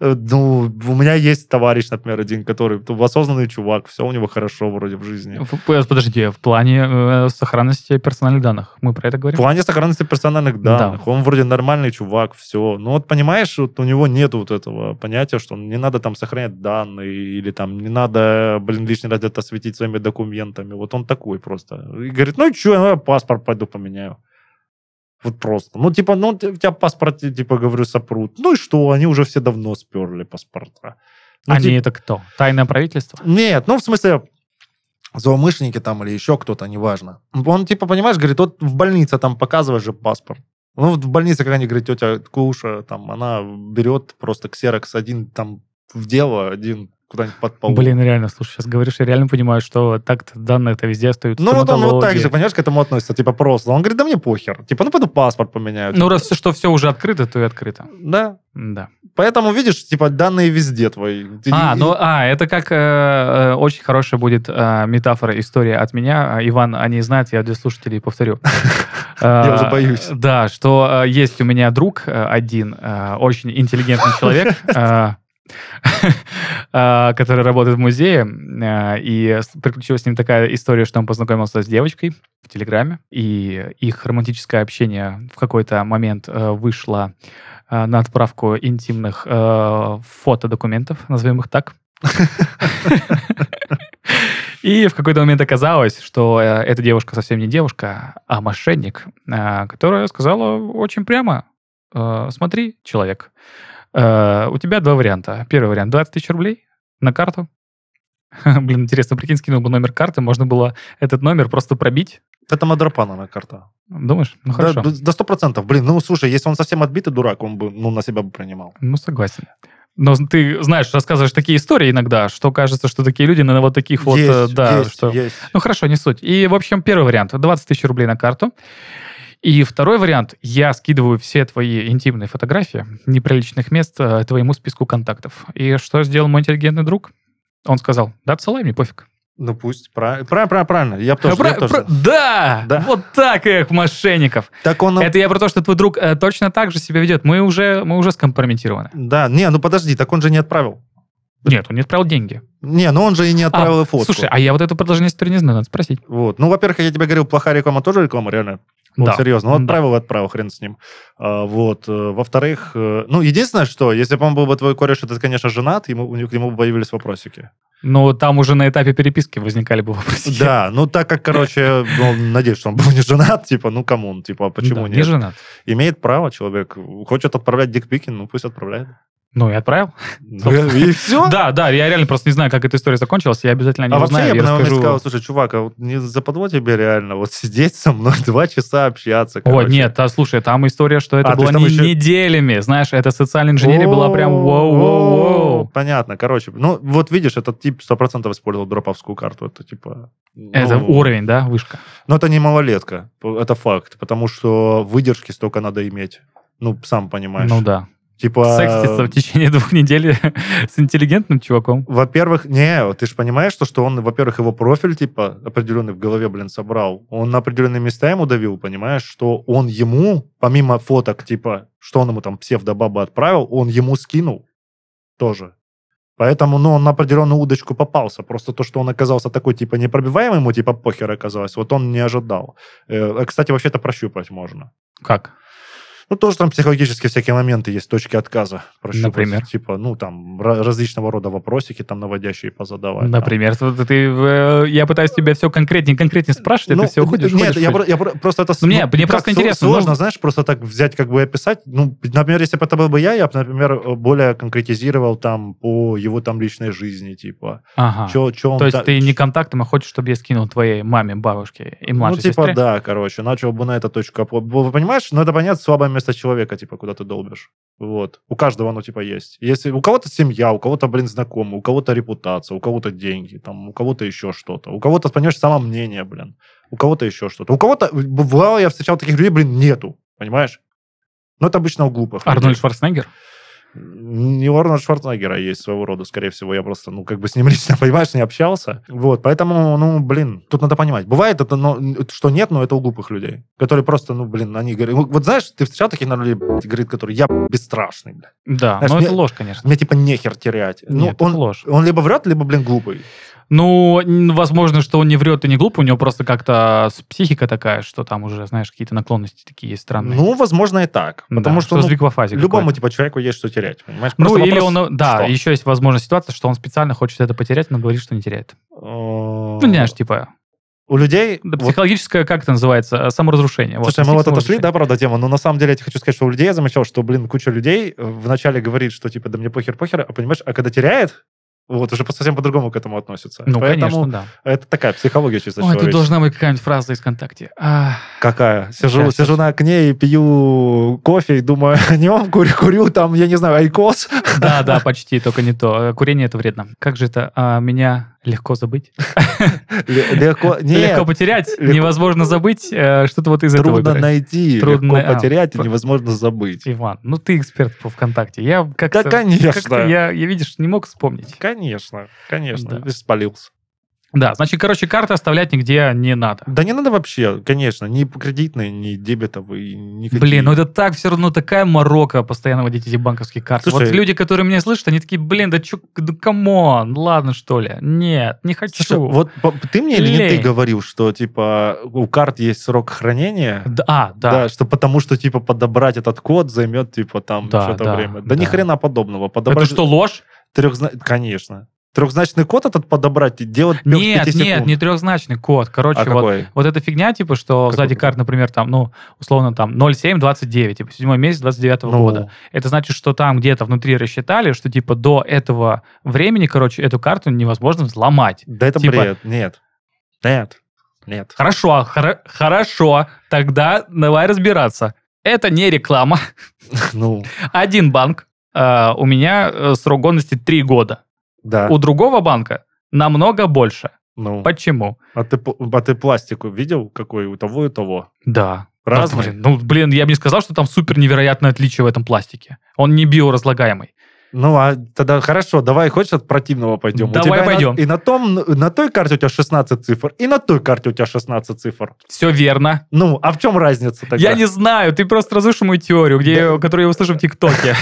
[SPEAKER 2] Ну, у меня есть товарищ, например, один, который ну, осознанный чувак, все у него хорошо вроде в жизни.
[SPEAKER 1] В- п- Подожди, в плане э, сохранности персональных данных. Мы про это
[SPEAKER 2] В
[SPEAKER 1] говорим?
[SPEAKER 2] плане сохранности персональных
[SPEAKER 1] Да.
[SPEAKER 2] данных. Он вроде нормальный чувак, все. Но вот понимаешь, вот у него нет вот этого понятия, что не надо там сохранять данные, или там не надо, блин, лишний раз это светить своими документами. Вот он такой просто. И говорит, ну что, я паспорт пойду поменяю. Вот просто. Ну, типа, ну, т- у тебя паспорт, я, типа, говорю, сопрут. Ну и что, они уже все давно сперли паспорта. Ну,
[SPEAKER 1] Они
[SPEAKER 2] типа,
[SPEAKER 1] это кто? Тайное правительство?
[SPEAKER 2] нет, ну в смысле злоумышленники там или еще кто-то, неважно. Он типа, понимаешь, говорит, вот в больнице там показываешь же паспорт. Ну вот в больнице какая-нибудь, говорит, тетя Куша, там, она берет просто ксерокс один там в дело, один куда-нибудь под пол.
[SPEAKER 1] Блин, реально, слушай, сейчас говоришь, я реально понимаю, что так-то данные-то везде остаются.
[SPEAKER 2] Ну вот он вот так
[SPEAKER 1] стоматологии.
[SPEAKER 2] же, понимаешь, к этому относится, типа просто. Он говорит, да мне похер. Типа, ну пойду паспорт поменяю.
[SPEAKER 1] Ну, раз что все уже открыто, то и открыто.
[SPEAKER 2] Да.
[SPEAKER 1] Да.
[SPEAKER 2] Поэтому, видишь, типа, данные везде твои.
[SPEAKER 1] А,
[SPEAKER 2] И-
[SPEAKER 1] ну, а, это как э, э, очень хорошая будет э, метафора, история от меня. А, Иван, они знают, я для слушателей повторю. Я
[SPEAKER 2] уже боюсь.
[SPEAKER 1] А, Да, что э, есть у меня друг э, один, э, очень интеллигентный человек, э, э, который работает в музее, э, и с- приключилась с ним такая история, что он познакомился с девочкой в Телеграме, и их романтическое общение в какой-то момент э, вышло э, на отправку интимных э, фотодокументов, назовем их так. И в какой-то момент оказалось, что э, эта девушка совсем не девушка, а мошенник, э, которая сказала очень прямо, э, смотри, человек, э, у тебя два варианта. Первый вариант 20 тысяч рублей на карту. Блин, интересно, прикинь, скинул бы номер карты, можно было этот номер просто пробить.
[SPEAKER 2] Это Мадропанова карта.
[SPEAKER 1] Думаешь? Ну
[SPEAKER 2] Да,
[SPEAKER 1] хорошо.
[SPEAKER 2] д- До сто процентов. Блин, ну слушай, если он совсем отбитый дурак, он бы ну, на себя бы принимал.
[SPEAKER 1] Ну, согласен. Но ты знаешь, рассказываешь такие истории иногда, что кажется, что такие люди на вот таких вот... э,
[SPEAKER 2] Есть,
[SPEAKER 1] да,
[SPEAKER 2] есть,
[SPEAKER 1] что...
[SPEAKER 2] есть.
[SPEAKER 1] Ну хорошо, не суть. И, в общем, первый вариант 20 тысяч рублей на карту. И второй вариант. Я скидываю все твои интимные фотографии неприличных мест э, твоему списку контактов. И что сделал мой интеллигентный друг? Он сказал, да, отсылай мне, пофиг.
[SPEAKER 2] Ну пусть. Правильно, правильно, правильно. Я б тоже.
[SPEAKER 1] Ну, Про-
[SPEAKER 2] я б тоже.
[SPEAKER 1] про- да!
[SPEAKER 2] Да. Ну.
[SPEAKER 1] Вот так их, мошенников.
[SPEAKER 2] Так он...
[SPEAKER 1] Это я про то, что твой друг э, точно так же себя ведет. Мы уже, мы уже скомпрометированы.
[SPEAKER 2] Да, не, ну подожди, так он же не отправил.
[SPEAKER 1] Нет, он не отправил деньги.
[SPEAKER 2] Не, ну он же и не отправил и фотку.
[SPEAKER 1] Слушай, а я вот это продолжение истории не знаю, надо спросить.
[SPEAKER 2] Вот. Ну, во-первых, я тебе говорил, плохая реклама тоже реклама, реально. Вот,
[SPEAKER 1] Да.
[SPEAKER 2] серьезно. Ну,
[SPEAKER 1] Да.
[SPEAKER 2] отправил и отправил, хрен с ним. А, вот. э, Во-вторых, э, ну, единственное, что, если бы он был бы твой кореш, и ты, конечно, женат, ему, у него к нему бы появились вопросики.
[SPEAKER 1] Но там уже на этапе переписки возникали бы вопросы.
[SPEAKER 2] Да, ну, так как, короче, ну, надеюсь, что он был не женат, типа, ну, камон, типа, а почему
[SPEAKER 1] Да,
[SPEAKER 2] нет?
[SPEAKER 1] Не женат.
[SPEAKER 2] Имеет право человек. Хочет отправлять дикпики, ну, пусть отправляет.
[SPEAKER 1] Ну и отправил.
[SPEAKER 2] Ну, И все?
[SPEAKER 1] Да, да, я реально просто не знаю, как эта история закончилась. Я обязательно не
[SPEAKER 2] А вообще,
[SPEAKER 1] узнаю.
[SPEAKER 2] я бы
[SPEAKER 1] и
[SPEAKER 2] на момент
[SPEAKER 1] расскажу.
[SPEAKER 2] сказал, слушай, чувак, а вот не западло тебе реально вот сидеть со мной два часа общаться?
[SPEAKER 1] О,
[SPEAKER 2] короче?
[SPEAKER 1] нет, а, слушай, там история, что это
[SPEAKER 2] А, то
[SPEAKER 1] было
[SPEAKER 2] есть там
[SPEAKER 1] не
[SPEAKER 2] еще-
[SPEAKER 1] неделями. Знаешь, это социальная инженерия была прям воу-воу-воу.
[SPEAKER 2] Понятно, короче. Ну, вот видишь, этот тип 100% использовал дроповскую карту. Это типа... ну,
[SPEAKER 1] Это уровень, да, вышка.
[SPEAKER 2] Но это не малолетка, это факт. Потому что выдержки столько надо иметь. Ну, сам понимаешь.
[SPEAKER 1] Ну да.
[SPEAKER 2] Типа...
[SPEAKER 1] Секситься в течение двух недель с интеллигентным чуваком.
[SPEAKER 2] Во-первых, не, ты же понимаешь, что, что он, во-первых, его профиль, типа, определенный в голове, блин, собрал. Он на определенные места ему давил, понимаешь, что он ему, помимо фоток, типа, что он ему там псевдобаба отправил, он ему скинул тоже. Поэтому, ну, он на определенную удочку попался. Просто то, что он оказался такой, типа, непробиваемый, ему, типа, похер оказалось, вот он не ожидал. Э, а, кстати, вообще-то прощупать можно.
[SPEAKER 1] Как?
[SPEAKER 2] Ну, тоже там психологически всякие моменты есть, точки отказа. прощупать.
[SPEAKER 1] Например?
[SPEAKER 2] Типа, ну, там, ра- различного рода вопросики там наводящие позадавать. там.
[SPEAKER 1] Например, вот ты, э, я пытаюсь тебя все конкретнее, конкретнее спрашивать, а
[SPEAKER 2] Ну,
[SPEAKER 1] ты все уходишь.
[SPEAKER 2] Нет,
[SPEAKER 1] уходишь,
[SPEAKER 2] я,
[SPEAKER 1] уходишь.
[SPEAKER 2] про- я про- просто это... с-
[SPEAKER 1] Ну, мне- мне
[SPEAKER 2] как
[SPEAKER 1] просто
[SPEAKER 2] сло-
[SPEAKER 1] интересно,
[SPEAKER 2] Сложно,
[SPEAKER 1] ну-
[SPEAKER 2] знаешь, просто так взять как бы и описать. Ну, например, если бы это был бы я, я бы, например, э, более конкретизировал там по его там личной жизни, типа.
[SPEAKER 1] Ага.
[SPEAKER 2] Чё, чё он
[SPEAKER 1] А. То есть
[SPEAKER 2] та-
[SPEAKER 1] ты не контактом, а хочешь, чтобы я скинул твоей маме, бабушке и
[SPEAKER 2] Ну,
[SPEAKER 1] младшей
[SPEAKER 2] типа,
[SPEAKER 1] сестре?
[SPEAKER 2] да, короче, начал бы на это точку опо- Бо- Понимаешь, надо понять слабое место человека, типа, куда ты долбишь. Вот. У каждого оно, типа, есть. Если у кого-то семья, у кого-то, блин, знакомый, у кого-то репутация, у кого-то деньги, там, у кого-то еще что-то. У кого-то, понимаешь, самомнение, блин. У кого-то еще что-то. У кого-то, бывало, я встречал таких людей, блин, нету, понимаешь? Но это обычно у глупых. людей.
[SPEAKER 1] Арнольд Шварценеггер?
[SPEAKER 2] Не у Арнольда Шварценеггера есть своего рода, скорее всего. Я просто, ну, как бы с ним лично, понимаешь, не общался. Вот, поэтому, ну, блин, тут надо понимать. Бывает это, но, что нет, но это у глупых людей, которые просто, ну, блин, они говорят... Вот вот знаешь, ты встречал таких наверное, людей, блядь, говорит, которые я блядь, бесстрашный, блядь.
[SPEAKER 1] Да,
[SPEAKER 2] Знаешь,
[SPEAKER 1] но это
[SPEAKER 2] мне-
[SPEAKER 1] ложь, конечно.
[SPEAKER 2] Мне, типа, нехер терять. Ну,
[SPEAKER 1] Нет, это
[SPEAKER 2] он,
[SPEAKER 1] ложь.
[SPEAKER 2] он либо врет, либо, блин, глупый.
[SPEAKER 1] Ну, н- возможно, что он не врет и не глуп, у него просто как-то с- психика такая, что там уже, знаешь, какие-то наклонности такие есть странные.
[SPEAKER 2] Ну, возможно, и так.
[SPEAKER 1] Да,
[SPEAKER 2] Потому что, ну,
[SPEAKER 1] сдвиг во фазе
[SPEAKER 2] любому,
[SPEAKER 1] какой-то.
[SPEAKER 2] типа, человеку есть что терять, понимаешь?
[SPEAKER 1] Ну,
[SPEAKER 2] Просто
[SPEAKER 1] или
[SPEAKER 2] вопрос,
[SPEAKER 1] он, да,
[SPEAKER 2] что?
[SPEAKER 1] еще есть возможная ситуация, что он специально хочет это потерять, но говорит, что не теряет.
[SPEAKER 2] э,
[SPEAKER 1] Ну, знаешь, типа,
[SPEAKER 2] У людей...
[SPEAKER 1] да,
[SPEAKER 2] вот
[SPEAKER 1] психологическое, как это называется, э, саморазрушение.
[SPEAKER 2] Слушай, мы
[SPEAKER 1] инстинкт
[SPEAKER 2] вот отошли,
[SPEAKER 1] саморазрушения.
[SPEAKER 2] да, правда, тема, но на самом деле я тебе хочу сказать, что у людей я замечал, что, блин, куча людей э, вначале говорит, что, типа, да мне похер-похер, а понимаешь, а когда теряет, вот, уже по- совсем по-другому к этому относится.
[SPEAKER 1] Ну,
[SPEAKER 2] Поэтому
[SPEAKER 1] конечно, да.
[SPEAKER 2] это такая психология чисто
[SPEAKER 1] Ой, тут
[SPEAKER 2] человеческая.
[SPEAKER 1] должна быть какая-нибудь фраза из ВКонтакте. А,
[SPEAKER 2] Какая? Сижу,
[SPEAKER 1] Щас,
[SPEAKER 2] сижу
[SPEAKER 1] щас.
[SPEAKER 2] на окне и пью кофе и думаю о нем, курю, курю там, я не знаю, айкос.
[SPEAKER 1] Да, да, почти, только не то. Э, Курение это вредно. Как же это? а, меня легко забыть.
[SPEAKER 2] Л- Легко, нет,
[SPEAKER 1] Легко потерять,
[SPEAKER 2] легко-
[SPEAKER 1] невозможно забыть. э, Что-то вот из этого.
[SPEAKER 2] трудно
[SPEAKER 1] выбираешь.
[SPEAKER 2] найти,
[SPEAKER 1] Трудно,
[SPEAKER 2] легко
[SPEAKER 1] а,
[SPEAKER 2] потерять и
[SPEAKER 1] про-
[SPEAKER 2] невозможно забыть.
[SPEAKER 1] Иван, ну ты эксперт по ВКонтакте. Я
[SPEAKER 2] Да,
[SPEAKER 1] как-то... как-то
[SPEAKER 2] конечно.
[SPEAKER 1] я, я, видишь, не мог вспомнить.
[SPEAKER 2] Конечно, конечно,
[SPEAKER 1] Да.
[SPEAKER 2] спалился.
[SPEAKER 1] Да, значит, короче, карты оставлять нигде не надо.
[SPEAKER 2] Да не надо вообще, конечно, ни кредитные, ни дебетовые, никакие.
[SPEAKER 1] Блин, ну это так все равно такая морока постоянно водить эти банковские карты.
[SPEAKER 2] Слушай,
[SPEAKER 1] вот люди, которые меня слышат, они такие, блин, да чё, да камон, ладно что ли? Нет, не хочу.
[SPEAKER 2] Слушай, вот по- ты мне или не ты
[SPEAKER 1] Лень.
[SPEAKER 2] говорил, что типа у карт есть срок хранения?
[SPEAKER 1] Да, а, да.
[SPEAKER 2] что потому что типа подобрать этот код займет типа там
[SPEAKER 1] Да,
[SPEAKER 2] что-то
[SPEAKER 1] да,
[SPEAKER 2] время.
[SPEAKER 1] да.
[SPEAKER 2] Да, ни хрена подобного.
[SPEAKER 1] это
[SPEAKER 2] Подобрать
[SPEAKER 1] что, ложь?
[SPEAKER 2] трехзна- Конечно. Трехзначный код этот подобрать и делать пять-
[SPEAKER 1] Нет,
[SPEAKER 2] пяти
[SPEAKER 1] нет,
[SPEAKER 2] секунд.
[SPEAKER 1] не трехзначный код. Короче,
[SPEAKER 2] а
[SPEAKER 1] вот,
[SPEAKER 2] какой?
[SPEAKER 1] вот эта фигня, типа, что
[SPEAKER 2] Какой
[SPEAKER 1] сзади
[SPEAKER 2] код?
[SPEAKER 1] карт, например, там, ну, условно, там, 0729, типа, седьмой месяц 29
[SPEAKER 2] Ну,
[SPEAKER 1] года. Это значит, что там где-то внутри рассчитали, что, типа, до этого времени, короче, эту карту невозможно взломать.
[SPEAKER 2] Да это
[SPEAKER 1] Типа-
[SPEAKER 2] бред. Нет. Нет. Нет.
[SPEAKER 1] Хорошо, хоро- хорошо, тогда давай разбираться. Это не реклама.
[SPEAKER 2] Ну,
[SPEAKER 1] Один банк, э, у меня э, срок годности 3 года.
[SPEAKER 2] да.
[SPEAKER 1] У другого банка намного больше.
[SPEAKER 2] Ну.
[SPEAKER 1] Почему?
[SPEAKER 2] А ты, п- а ты пластику видел, какой у того и у того?
[SPEAKER 1] Да,
[SPEAKER 2] Разный?
[SPEAKER 1] Ну блин, ну, блин, я бы не сказал, что там супер невероятное отличие в этом пластике. Он не биоразлагаемый.
[SPEAKER 2] Ну, а тогда хорошо, давай, хочешь от противного пойдем? У
[SPEAKER 1] Давай
[SPEAKER 2] тебя и на-
[SPEAKER 1] пойдем.
[SPEAKER 2] И на, том, на той карте у тебя 16 цифр, и на той карте у тебя 16 цифр.
[SPEAKER 1] Все верно.
[SPEAKER 2] Ну, а в чем разница тогда?
[SPEAKER 1] Я не знаю, ты просто разрушил мою теорию, где, я- которую я услышал в ТикТоке.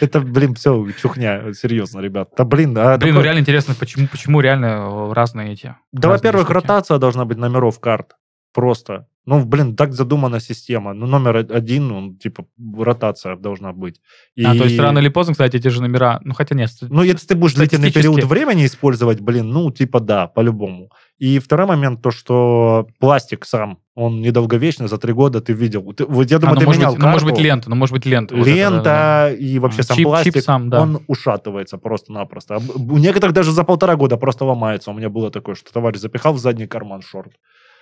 [SPEAKER 2] Это, блин, все, чухня, серьезно, ребят. Да, блин,
[SPEAKER 1] Блин,
[SPEAKER 2] а такое-
[SPEAKER 1] ну реально интересно, почему, почему реально э, разные эти.
[SPEAKER 2] Да,
[SPEAKER 1] разные
[SPEAKER 2] во-первых,
[SPEAKER 1] штуки.
[SPEAKER 2] ротация должна быть номеров карт. Просто. Ну, блин, так задумана система. Ну, номер о- один, он, типа, ротация должна быть. И...
[SPEAKER 1] А, то есть рано или поздно, кстати, эти же номера, ну хотя нет, ст-
[SPEAKER 2] Ну, если ты будешь длительный
[SPEAKER 1] Статистически.
[SPEAKER 2] период времени использовать, блин, ну, типа да, по-любому. И второй момент, то, что пластик сам, он недолговечный, за три года ты видел. Ты- вот я
[SPEAKER 1] а,
[SPEAKER 2] думаю,
[SPEAKER 1] ну,
[SPEAKER 2] ты
[SPEAKER 1] может,
[SPEAKER 2] менял
[SPEAKER 1] быть, ну, может
[SPEAKER 2] карту.
[SPEAKER 1] быть, лента, ну, может быть, лента. вот это, да,
[SPEAKER 2] Лента
[SPEAKER 1] да,
[SPEAKER 2] и вообще
[SPEAKER 1] А,
[SPEAKER 2] сам
[SPEAKER 1] чип-
[SPEAKER 2] пластик,
[SPEAKER 1] чип сам, да.
[SPEAKER 2] он ушатывается просто-напросто. А б- У некоторых даже за полтора года просто ломается. У меня было такое, что товарищ запихал в задний карман шорт.
[SPEAKER 1] да.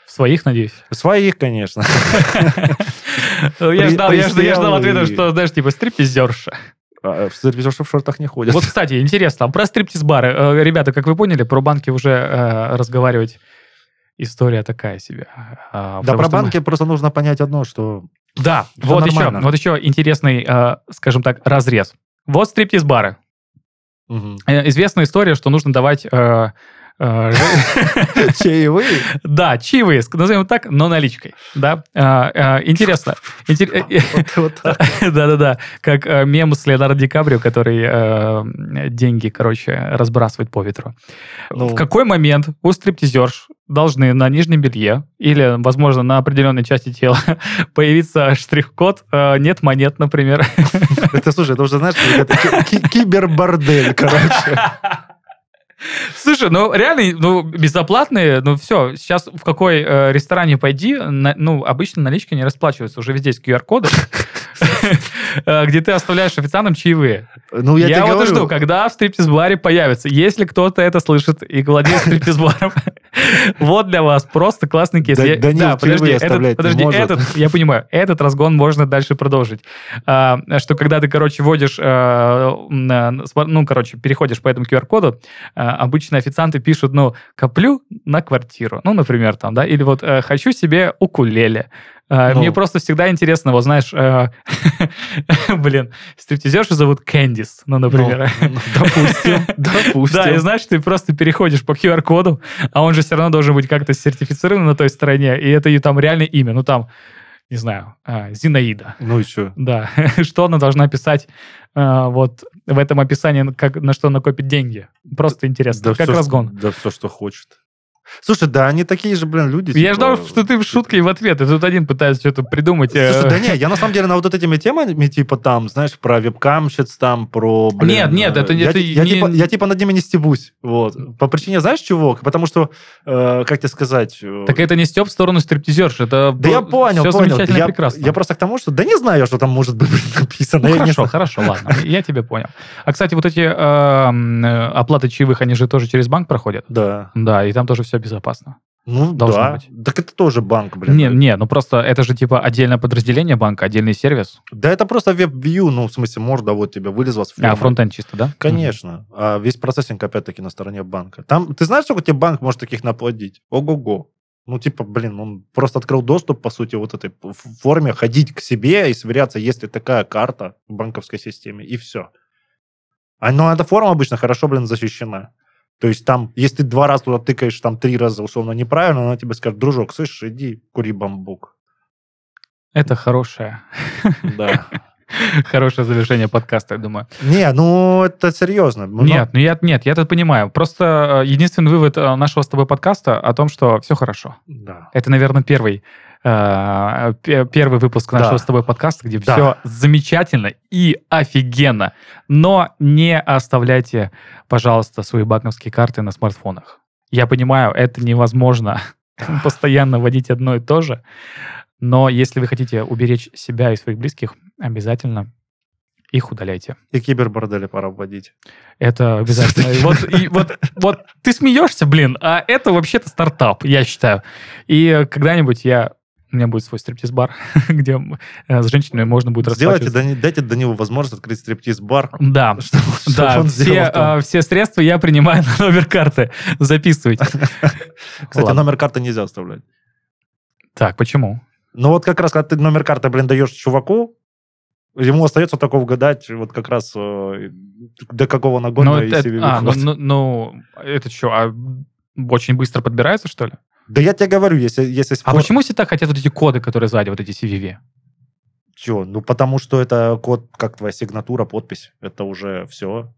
[SPEAKER 1] Своих, надеюсь. Ну,
[SPEAKER 2] Своих, конечно.
[SPEAKER 1] Я ждал, я ждал- я ждал
[SPEAKER 2] пристрел
[SPEAKER 1] ответа,
[SPEAKER 2] и-
[SPEAKER 1] что, знаешь, типа, стриптизерша.
[SPEAKER 2] А, В сервизерши в шортах не ходят.
[SPEAKER 1] Вот, кстати, интересно, а про стриптиз-бары. Э, Ребята, как вы поняли, про банки уже э, разговаривать история такая себе. А,
[SPEAKER 2] Да
[SPEAKER 1] потому
[SPEAKER 2] про
[SPEAKER 1] что мы-
[SPEAKER 2] банки просто нужно понять одно, что...
[SPEAKER 1] Да,
[SPEAKER 2] Это
[SPEAKER 1] вот еще,
[SPEAKER 2] нормально.
[SPEAKER 1] вот еще интересный, э, скажем так, разрез. Вот стриптиз-бары.
[SPEAKER 2] Мгм.
[SPEAKER 1] Э, Известная история, что нужно давать э, э,
[SPEAKER 2] Чаевые?
[SPEAKER 1] Да, чаевые, ск- назовем так, но наличкой. Да. А, а, Интересно. Интер- э,
[SPEAKER 2] Вот- вот так.
[SPEAKER 1] Да-да-да. Как э, мем с Леонардо Ди Каприо, который э, деньги, короче, разбрасывает по ветру.
[SPEAKER 2] Ну.
[SPEAKER 1] В какой момент у стриптизерш должны на нижнем белье или, возможно, на определенной части тела появиться штрих-код э, «нет монет», например?
[SPEAKER 2] Это, слушай, это уже, знаешь, это ки- ки- кибербордель, короче.
[SPEAKER 1] Слушай, ну реально, ну безоплатные, ну все, сейчас в какой э, ресторане пойди, на- ну обычно наличка не расплачивается, уже везде есть QR-коды, э, где ты оставляешь официантам чаевые.
[SPEAKER 2] Ну, я,
[SPEAKER 1] Я
[SPEAKER 2] тебе
[SPEAKER 1] вот и
[SPEAKER 2] говорю,
[SPEAKER 1] жду, когда в стриптиз-баре появится. Если кто-то это слышит и владеет стриптиз-баром, вот для вас просто классный кейс.
[SPEAKER 2] Да-
[SPEAKER 1] Я-
[SPEAKER 2] Данил
[SPEAKER 1] да,
[SPEAKER 2] чаевые
[SPEAKER 1] подожди,
[SPEAKER 2] оставлять не
[SPEAKER 1] этот, подожди,
[SPEAKER 2] может.
[SPEAKER 1] этот, я понимаю, этот разгон можно дальше продолжить. А, Что когда ты, короче, вводишь, э, на- на смар- ну, короче, переходишь по этому QR-коду, э, обычно официанты пишут, ну, коплю на квартиру, ну, например, там, да, или вот э, хочу себе укулеле. Э,
[SPEAKER 2] Ну.
[SPEAKER 1] Мне просто всегда интересно, вот знаешь, э, блин, стриптизершу зовут Кэндис, ну,
[SPEAKER 2] ну,
[SPEAKER 1] например.
[SPEAKER 2] ну, Допустим, допустим.
[SPEAKER 1] Да, и знаешь, ты просто переходишь по QR-коду, а он же все равно должен быть как-то сертифицирован на той стороне, и это и там реально имя, ну там, не знаю, а, Зинаида.
[SPEAKER 2] Ну и что?
[SPEAKER 1] Да, что она должна писать а, вот в этом описании, как, на что она копит деньги. Просто интересно, как
[SPEAKER 2] всё,
[SPEAKER 1] разгон.
[SPEAKER 2] Да все, что хочет. Слушай, да они такие же, блин, люди.
[SPEAKER 1] Я
[SPEAKER 2] типа,
[SPEAKER 1] ждал, что ты в шутке и в ответ, и тут один пытается что-то придумать. э,
[SPEAKER 2] Слушай, да не, я на самом деле на вот этими темами, типа там, знаешь, про вебкамщиц, там, про... блин,
[SPEAKER 1] Нет, нет,
[SPEAKER 2] э,
[SPEAKER 1] это не-
[SPEAKER 2] я,
[SPEAKER 1] это
[SPEAKER 2] ти- я
[SPEAKER 1] не-
[SPEAKER 2] Типа, я типа над ними не стебусь, вот. По причине, знаешь, чего? Потому что, э, как тебе сказать... э,
[SPEAKER 1] Так это не степ в сторону стриптизерш, это
[SPEAKER 2] да я понял,
[SPEAKER 1] все
[SPEAKER 2] понял.
[SPEAKER 1] замечательно и
[SPEAKER 2] Я,
[SPEAKER 1] прекрасно.
[SPEAKER 2] я просто к тому, что да не знаю, что там может быть написано.
[SPEAKER 1] Ну,
[SPEAKER 2] я не
[SPEAKER 1] хорошо,
[SPEAKER 2] знаю.
[SPEAKER 1] хорошо, ладно, я тебя понял. А, кстати, вот эти эм, э, оплаты чаевых, они же тоже через банк проходят?
[SPEAKER 2] Да.
[SPEAKER 1] Да, и там тоже все безопасно.
[SPEAKER 2] Ну,
[SPEAKER 1] Должно
[SPEAKER 2] да.
[SPEAKER 1] быть.
[SPEAKER 2] Так это тоже банк, блин.
[SPEAKER 1] Не, не, ну просто это же типа отдельное подразделение банка, отдельный сервис. а
[SPEAKER 2] Да это просто веб-вью, ну, в смысле, морда вот тебе вылезла
[SPEAKER 1] А,
[SPEAKER 2] с формы.
[SPEAKER 1] фронтенд чисто, да?
[SPEAKER 2] Конечно. А весь процессинг, опять-таки, на стороне банка. Там, ты знаешь, сколько тебе банк может таких наплодить? Ого-го. Ну, типа, блин, он просто открыл доступ, по сути, вот этой ф- форме, ходить к себе и сверяться, есть ли такая карта в банковской системе, и все. А, но эта форма обычно хорошо, блин, защищена. То есть там, если ты два раза туда тыкаешь, там три раза условно неправильно, она тебе скажет, дружок, слышишь, иди кури бамбук.
[SPEAKER 1] Мгм. Это хорошее,
[SPEAKER 2] Да.
[SPEAKER 1] хорошее завершение подкаста, я думаю.
[SPEAKER 2] Не, ну это серьезно. Мно-
[SPEAKER 1] Нет, ну я, нет, я это понимаю. Просто э, единственный вывод э, нашего с тобой подкаста о том, что все хорошо.
[SPEAKER 2] Да.
[SPEAKER 1] Это, наверное, первый, э, пе- первый выпуск
[SPEAKER 2] Да.
[SPEAKER 1] нашего с тобой подкаста, где
[SPEAKER 2] Да.
[SPEAKER 1] все замечательно и офигенно. Но не оставляйте, пожалуйста, свои банковские карты на смартфонах. Я понимаю, это невозможно постоянно вводить одно и то же. Но если вы хотите уберечь себя и своих близких, обязательно их удаляйте.
[SPEAKER 2] И кибербордели пора вводить.
[SPEAKER 1] Это обязательно. И Вот, и вот, вот ты смеешься, блин, а это вообще-то стартап, я считаю. И э, когда-нибудь я у меня будет свой стриптиз-бар, где э, с женщинами можно будет
[SPEAKER 2] Сделайте,
[SPEAKER 1] расплачиваться.
[SPEAKER 2] Дани- дайте Данилу возможность открыть стриптиз-бар.
[SPEAKER 1] Да,
[SPEAKER 2] Чтобы- чтобы
[SPEAKER 1] да,
[SPEAKER 2] он сделал
[SPEAKER 1] все,
[SPEAKER 2] там.
[SPEAKER 1] э, все средства я принимаю на номер карты. Записывайте.
[SPEAKER 2] Кстати,
[SPEAKER 1] Ладно.
[SPEAKER 2] номер карты нельзя оставлять.
[SPEAKER 1] Так, почему?
[SPEAKER 2] Но вот как раз, когда ты номер карты, блин, даешь чуваку, ему остается только угадать, вот как раз э, до какого нагона
[SPEAKER 1] Ну,
[SPEAKER 2] и
[SPEAKER 1] это-
[SPEAKER 2] себе
[SPEAKER 1] а, ну,
[SPEAKER 2] выходит.
[SPEAKER 1] ну, ну, это что, а очень быстро подбирается, что ли?
[SPEAKER 2] Да я тебе говорю, если... если
[SPEAKER 1] А
[SPEAKER 2] спор-
[SPEAKER 1] почему все так хотят вот эти коды, которые сзади, вот эти CVV?
[SPEAKER 2] Чё? Ну, потому что это код, как твоя сигнатура, подпись. Это уже все.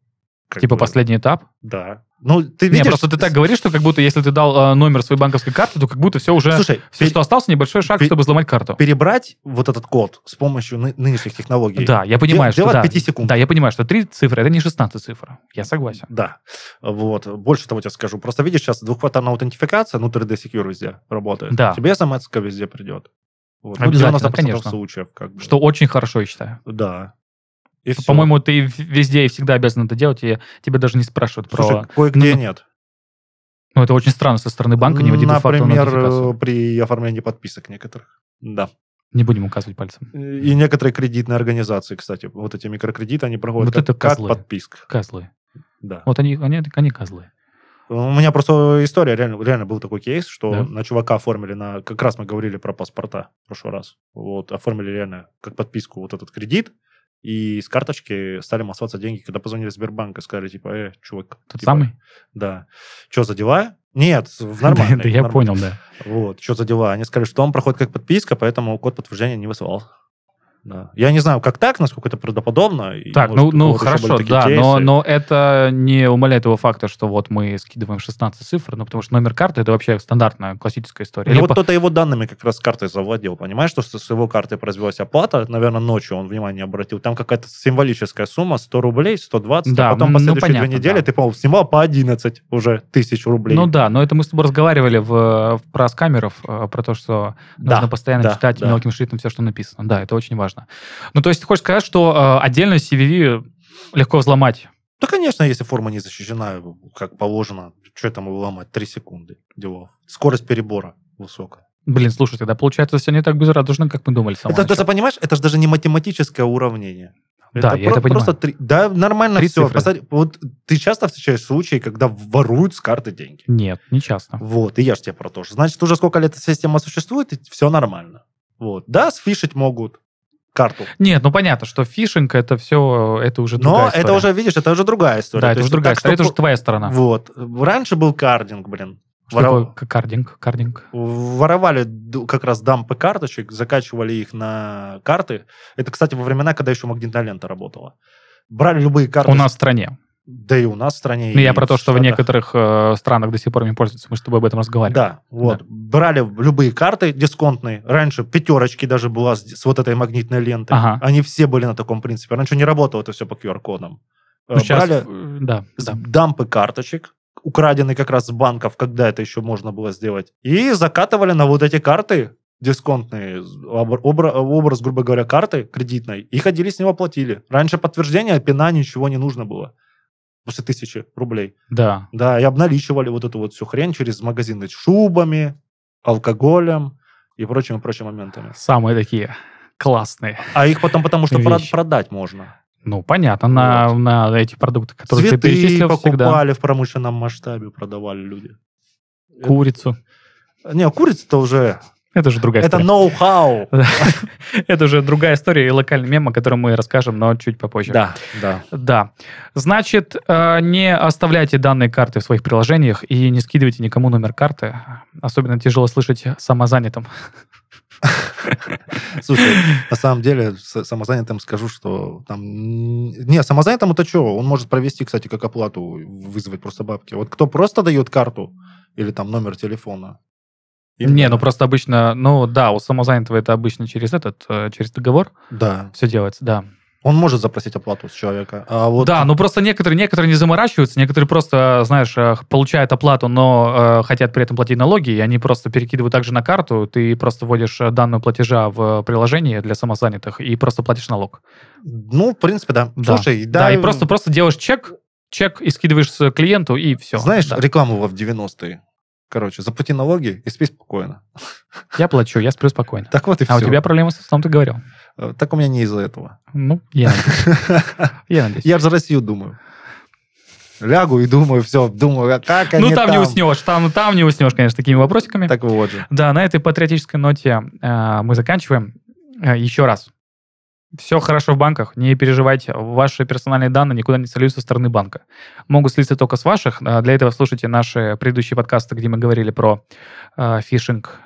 [SPEAKER 1] Типа последний этап?
[SPEAKER 2] Да. Ну, ты
[SPEAKER 1] Не,
[SPEAKER 2] видишь...
[SPEAKER 1] просто ты так говоришь, что как будто если ты дал э, номер своей банковской карты, то как будто все уже...
[SPEAKER 2] Слушай,
[SPEAKER 1] все,
[SPEAKER 2] пер-
[SPEAKER 1] что остался, небольшой шаг,
[SPEAKER 2] пе-
[SPEAKER 1] чтобы взломать карту.
[SPEAKER 2] перебрать вот этот код с помощью ны- нынешних технологий.
[SPEAKER 1] Да, я понимаю,
[SPEAKER 2] Де-
[SPEAKER 1] что
[SPEAKER 2] дело
[SPEAKER 1] да.
[SPEAKER 2] от пяти секунд.
[SPEAKER 1] Да, я понимаю, что три цифры, это не 16 цифр. Я согласен.
[SPEAKER 2] Да. Вот. Больше того тебе скажу. Просто видишь, сейчас двухфакторная аутентификация, ну, 3D Secure везде работает.
[SPEAKER 1] Да.
[SPEAKER 2] Тебе смс везде придет. Вот. Ну,
[SPEAKER 1] Обязательно,
[SPEAKER 2] 90%
[SPEAKER 1] конечно.
[SPEAKER 2] случаев. Как бы.
[SPEAKER 1] Что очень хорошо, я считаю.
[SPEAKER 2] Да. И всё.
[SPEAKER 1] По-моему, ты в- везде и всегда обязан это делать, и тебя даже не спрашивают
[SPEAKER 2] Слушай,
[SPEAKER 1] про...
[SPEAKER 2] кое-где
[SPEAKER 1] Ну,
[SPEAKER 2] нет.
[SPEAKER 1] Ну, это очень странно со стороны банка не вводить де-факто
[SPEAKER 2] Например,
[SPEAKER 1] аутентификацию.
[SPEAKER 2] э, при оформлении подписок некоторых. Да.
[SPEAKER 1] Не будем указывать пальцем.
[SPEAKER 2] И некоторые кредитные организации, кстати. Вот эти микрокредиты, они проходят
[SPEAKER 1] Вот
[SPEAKER 2] как,
[SPEAKER 1] это
[SPEAKER 2] как
[SPEAKER 1] козлы.
[SPEAKER 2] подписка.
[SPEAKER 1] Козлы.
[SPEAKER 2] Да.
[SPEAKER 1] Вот они, они, они козлы.
[SPEAKER 2] У меня просто история, реально, реально был такой кейс, что
[SPEAKER 1] Да?
[SPEAKER 2] на чувака оформили на... Как раз мы говорили про паспорта в прошлый раз. Вот, оформили реально как подписку вот этот кредит. И с карточки стали массоваться деньги, когда позвонили в Сбербанк и сказали, типа, э, чувак.
[SPEAKER 1] Тот
[SPEAKER 2] типа,
[SPEAKER 1] самый?
[SPEAKER 2] Да. Что за дела? Нет, в нормальные,
[SPEAKER 1] Да, я
[SPEAKER 2] нормальные.
[SPEAKER 1] понял, да.
[SPEAKER 2] Вот, что за дела? Они сказали, что он проходит как подписка, поэтому код подтверждения не высылал. Да. Я не знаю, как так, насколько это правдоподобно. и,
[SPEAKER 1] Так,
[SPEAKER 2] может,
[SPEAKER 1] ну,
[SPEAKER 2] у
[SPEAKER 1] ну
[SPEAKER 2] кого-то еще
[SPEAKER 1] хорошо,
[SPEAKER 2] были такие
[SPEAKER 1] да, но,
[SPEAKER 2] кейсы.
[SPEAKER 1] но это не умаляет того факта, что вот мы скидываем 16 цифр, ну потому что номер карты это вообще стандартная классическая история.
[SPEAKER 2] Ну,
[SPEAKER 1] Или
[SPEAKER 2] вот
[SPEAKER 1] по-
[SPEAKER 2] кто-то его данными как раз картой завладел, понимаешь, что с с его карты произвелась оплата, наверное, ночью он внимание обратил, там какая-то символическая сумма, 100 рублей, 120,
[SPEAKER 1] Да,
[SPEAKER 2] а потом
[SPEAKER 1] ну,
[SPEAKER 2] последующие
[SPEAKER 1] понятно,
[SPEAKER 2] две недели
[SPEAKER 1] да.
[SPEAKER 2] ты, по-моему, снимал по 11 уже тысяч рублей.
[SPEAKER 1] Ну да, но это мы с тобой разговаривали в, в- про скамеров, э, про то, что
[SPEAKER 2] Да,
[SPEAKER 1] нужно постоянно
[SPEAKER 2] да,
[SPEAKER 1] читать
[SPEAKER 2] да.
[SPEAKER 1] мелким шрифтом все, что написано. Да, это очень важно. Ну то есть ты хочешь сказать, что э, отдельно CVV легко взломать?
[SPEAKER 2] Да, конечно, если форма не защищена, как положено, что там его ломать, 3 секунды делов. Скорость перебора высокая.
[SPEAKER 1] Блин, слушай, тогда получается все не так безрадужно, как мы думали. с самого
[SPEAKER 2] Это, это,
[SPEAKER 1] начала.
[SPEAKER 2] понимаешь, это же даже не математическое уравнение.
[SPEAKER 1] Да, я это понимаю.
[SPEAKER 2] Просто три, да, нормально
[SPEAKER 1] Три
[SPEAKER 2] все.
[SPEAKER 1] цифры.
[SPEAKER 2] Посмотри, вот ты часто встречаешь случаи, когда воруют с карты деньги.
[SPEAKER 1] Нет, не часто.
[SPEAKER 2] Вот, и я же тебе про то же. Значит, уже сколько лет эта система существует, и все нормально. Вот. Да, сфишить могут карту.
[SPEAKER 1] Нет, ну понятно, что фишинг это все, это уже
[SPEAKER 2] Но
[SPEAKER 1] другая
[SPEAKER 2] это
[SPEAKER 1] история.
[SPEAKER 2] уже, видишь, это уже другая история.
[SPEAKER 1] да,
[SPEAKER 2] То
[SPEAKER 1] это
[SPEAKER 2] есть
[SPEAKER 1] уже другая
[SPEAKER 2] так,
[SPEAKER 1] история, это
[SPEAKER 2] что
[SPEAKER 1] уже твоя сторона.
[SPEAKER 2] по- Вот. Раньше был кардинг, блин.
[SPEAKER 1] Что
[SPEAKER 2] Воровал.
[SPEAKER 1] такое к- кардинг? Кардинг.
[SPEAKER 2] Воровали ду- как раз дампы карточек, закачивали их на карты. Это, кстати, во времена, когда еще магнитная лента работала. Брали любые карты.
[SPEAKER 1] У нас в стране.
[SPEAKER 2] Да и у нас в стране.
[SPEAKER 1] Ну, я
[SPEAKER 2] и
[SPEAKER 1] про то, что в
[SPEAKER 2] Штатах.
[SPEAKER 1] некоторых э, странах до сих пор не пользуются. Мы с тобой об этом разговаривали.
[SPEAKER 2] Да, вот. Брали любые карты дисконтные. Раньше пятерочки даже была с, с вот этой магнитной лентой.
[SPEAKER 1] Ага.
[SPEAKER 2] Они все были на таком принципе. Раньше не работало это все по QR-кодам.
[SPEAKER 1] Ну,
[SPEAKER 2] Э,
[SPEAKER 1] щас,
[SPEAKER 2] Брали
[SPEAKER 1] э, да,
[SPEAKER 2] с-
[SPEAKER 1] да.
[SPEAKER 2] дампы карточек, украденные как раз с банков, когда это еще можно было сделать, и закатывали на вот эти карты дисконтные, обр- обра- образ, грубо говоря, карты кредитной, и ходили с него платили. Раньше подтверждения пина ничего не нужно было. После тысячи рублей.
[SPEAKER 1] Да.
[SPEAKER 2] Да, и обналичивали вот эту вот всю хрень через магазины с шубами, алкоголем и прочими прочими моментами.
[SPEAKER 1] Самые такие классные.
[SPEAKER 2] А их потом, потому что про-
[SPEAKER 1] Вещи.
[SPEAKER 2] продать можно.
[SPEAKER 1] Ну, понятно, на,
[SPEAKER 2] Вот.
[SPEAKER 1] на эти продукты, которые ты
[SPEAKER 2] Цветы
[SPEAKER 1] перечислил всегда.
[SPEAKER 2] покупали в промышленном масштабе, продавали люди.
[SPEAKER 1] Курицу.
[SPEAKER 2] Не, курица-то уже...
[SPEAKER 1] Это же другая
[SPEAKER 2] Это
[SPEAKER 1] история.
[SPEAKER 2] ноу-хау.
[SPEAKER 1] Это же другая история и локальный мем, о котором мы расскажем, но чуть попозже.
[SPEAKER 2] Да, да.
[SPEAKER 1] Да. Значит, э, не оставляйте данные карты в своих приложениях и не скидывайте никому номер карты. Особенно тяжело слышать самозанятым.
[SPEAKER 2] Слушай, на самом деле, с- самозанятым скажу, что там... м, Не, самозанятому то что? Он может провести, кстати, как оплату, вызвать просто бабки. Вот кто просто дает карту или там номер телефона. им
[SPEAKER 1] не,
[SPEAKER 2] надо.
[SPEAKER 1] ну просто обычно, ну да, у самозанятого это обычно через этот, э, через договор
[SPEAKER 2] Да.
[SPEAKER 1] все делается, да.
[SPEAKER 2] Он может запросить оплату с человека. А вот
[SPEAKER 1] Да, ну просто некоторые, некоторые не заморачиваются, некоторые просто, э, знаешь, э, получают оплату, но э, хотят при этом платить налоги, и они просто перекидывают также на карту, ты просто вводишь э, данную платежа в э, приложение для самозанятых и просто платишь налог.
[SPEAKER 2] ну, в принципе, да.
[SPEAKER 1] Да.
[SPEAKER 2] Слушай,
[SPEAKER 1] Да, и просто, просто делаешь чек, чек и скидываешь с э, клиенту, и все.
[SPEAKER 2] знаешь, рекламу во в 90-е. Короче, заплати налоги и спи спокойно.
[SPEAKER 1] я плачу, я сплю спокойно.
[SPEAKER 2] Так вот и все.
[SPEAKER 1] А у тебя проблемы со сном, ты говорил.
[SPEAKER 2] Так у меня не из-за этого.
[SPEAKER 1] Ну, я надеюсь. Я надеюсь.
[SPEAKER 2] Я же за Россию думаю. Лягу и думаю, все, думаю, а как
[SPEAKER 1] Ну,
[SPEAKER 2] они
[SPEAKER 1] там не уснешь, там, там не уснешь, конечно, такими вопросиками.
[SPEAKER 2] Так вот же.
[SPEAKER 1] Да, на этой патриотической ноте э, мы заканчиваем. Э, еще раз. Все хорошо в банках, не переживайте. Ваши персональные данные никуда не сольются со стороны банка. Могут слиться только с ваших. Э, Для этого слушайте наши предыдущие подкасты, где мы говорили про э, фишинг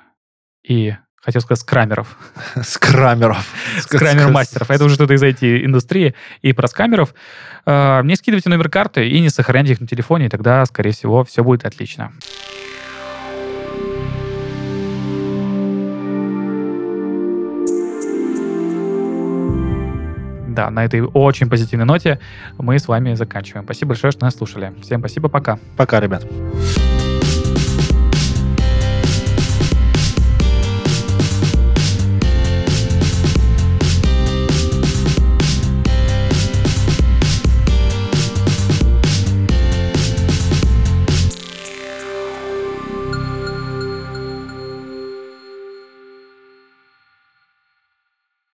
[SPEAKER 1] и, хотел сказать, скрамеров.
[SPEAKER 2] Скрамеров.
[SPEAKER 1] Скрамер-мастеров. А Это уже что-то из IT-индустрии. И про скамеров. Э, Не скидывайте номер карты и не сохраняйте их на телефоне, и тогда, скорее всего, все будет отлично. Да, на этой очень позитивной ноте мы с вами заканчиваем. Спасибо большое, что нас слушали. Всем спасибо, пока.
[SPEAKER 2] Пока, ребят.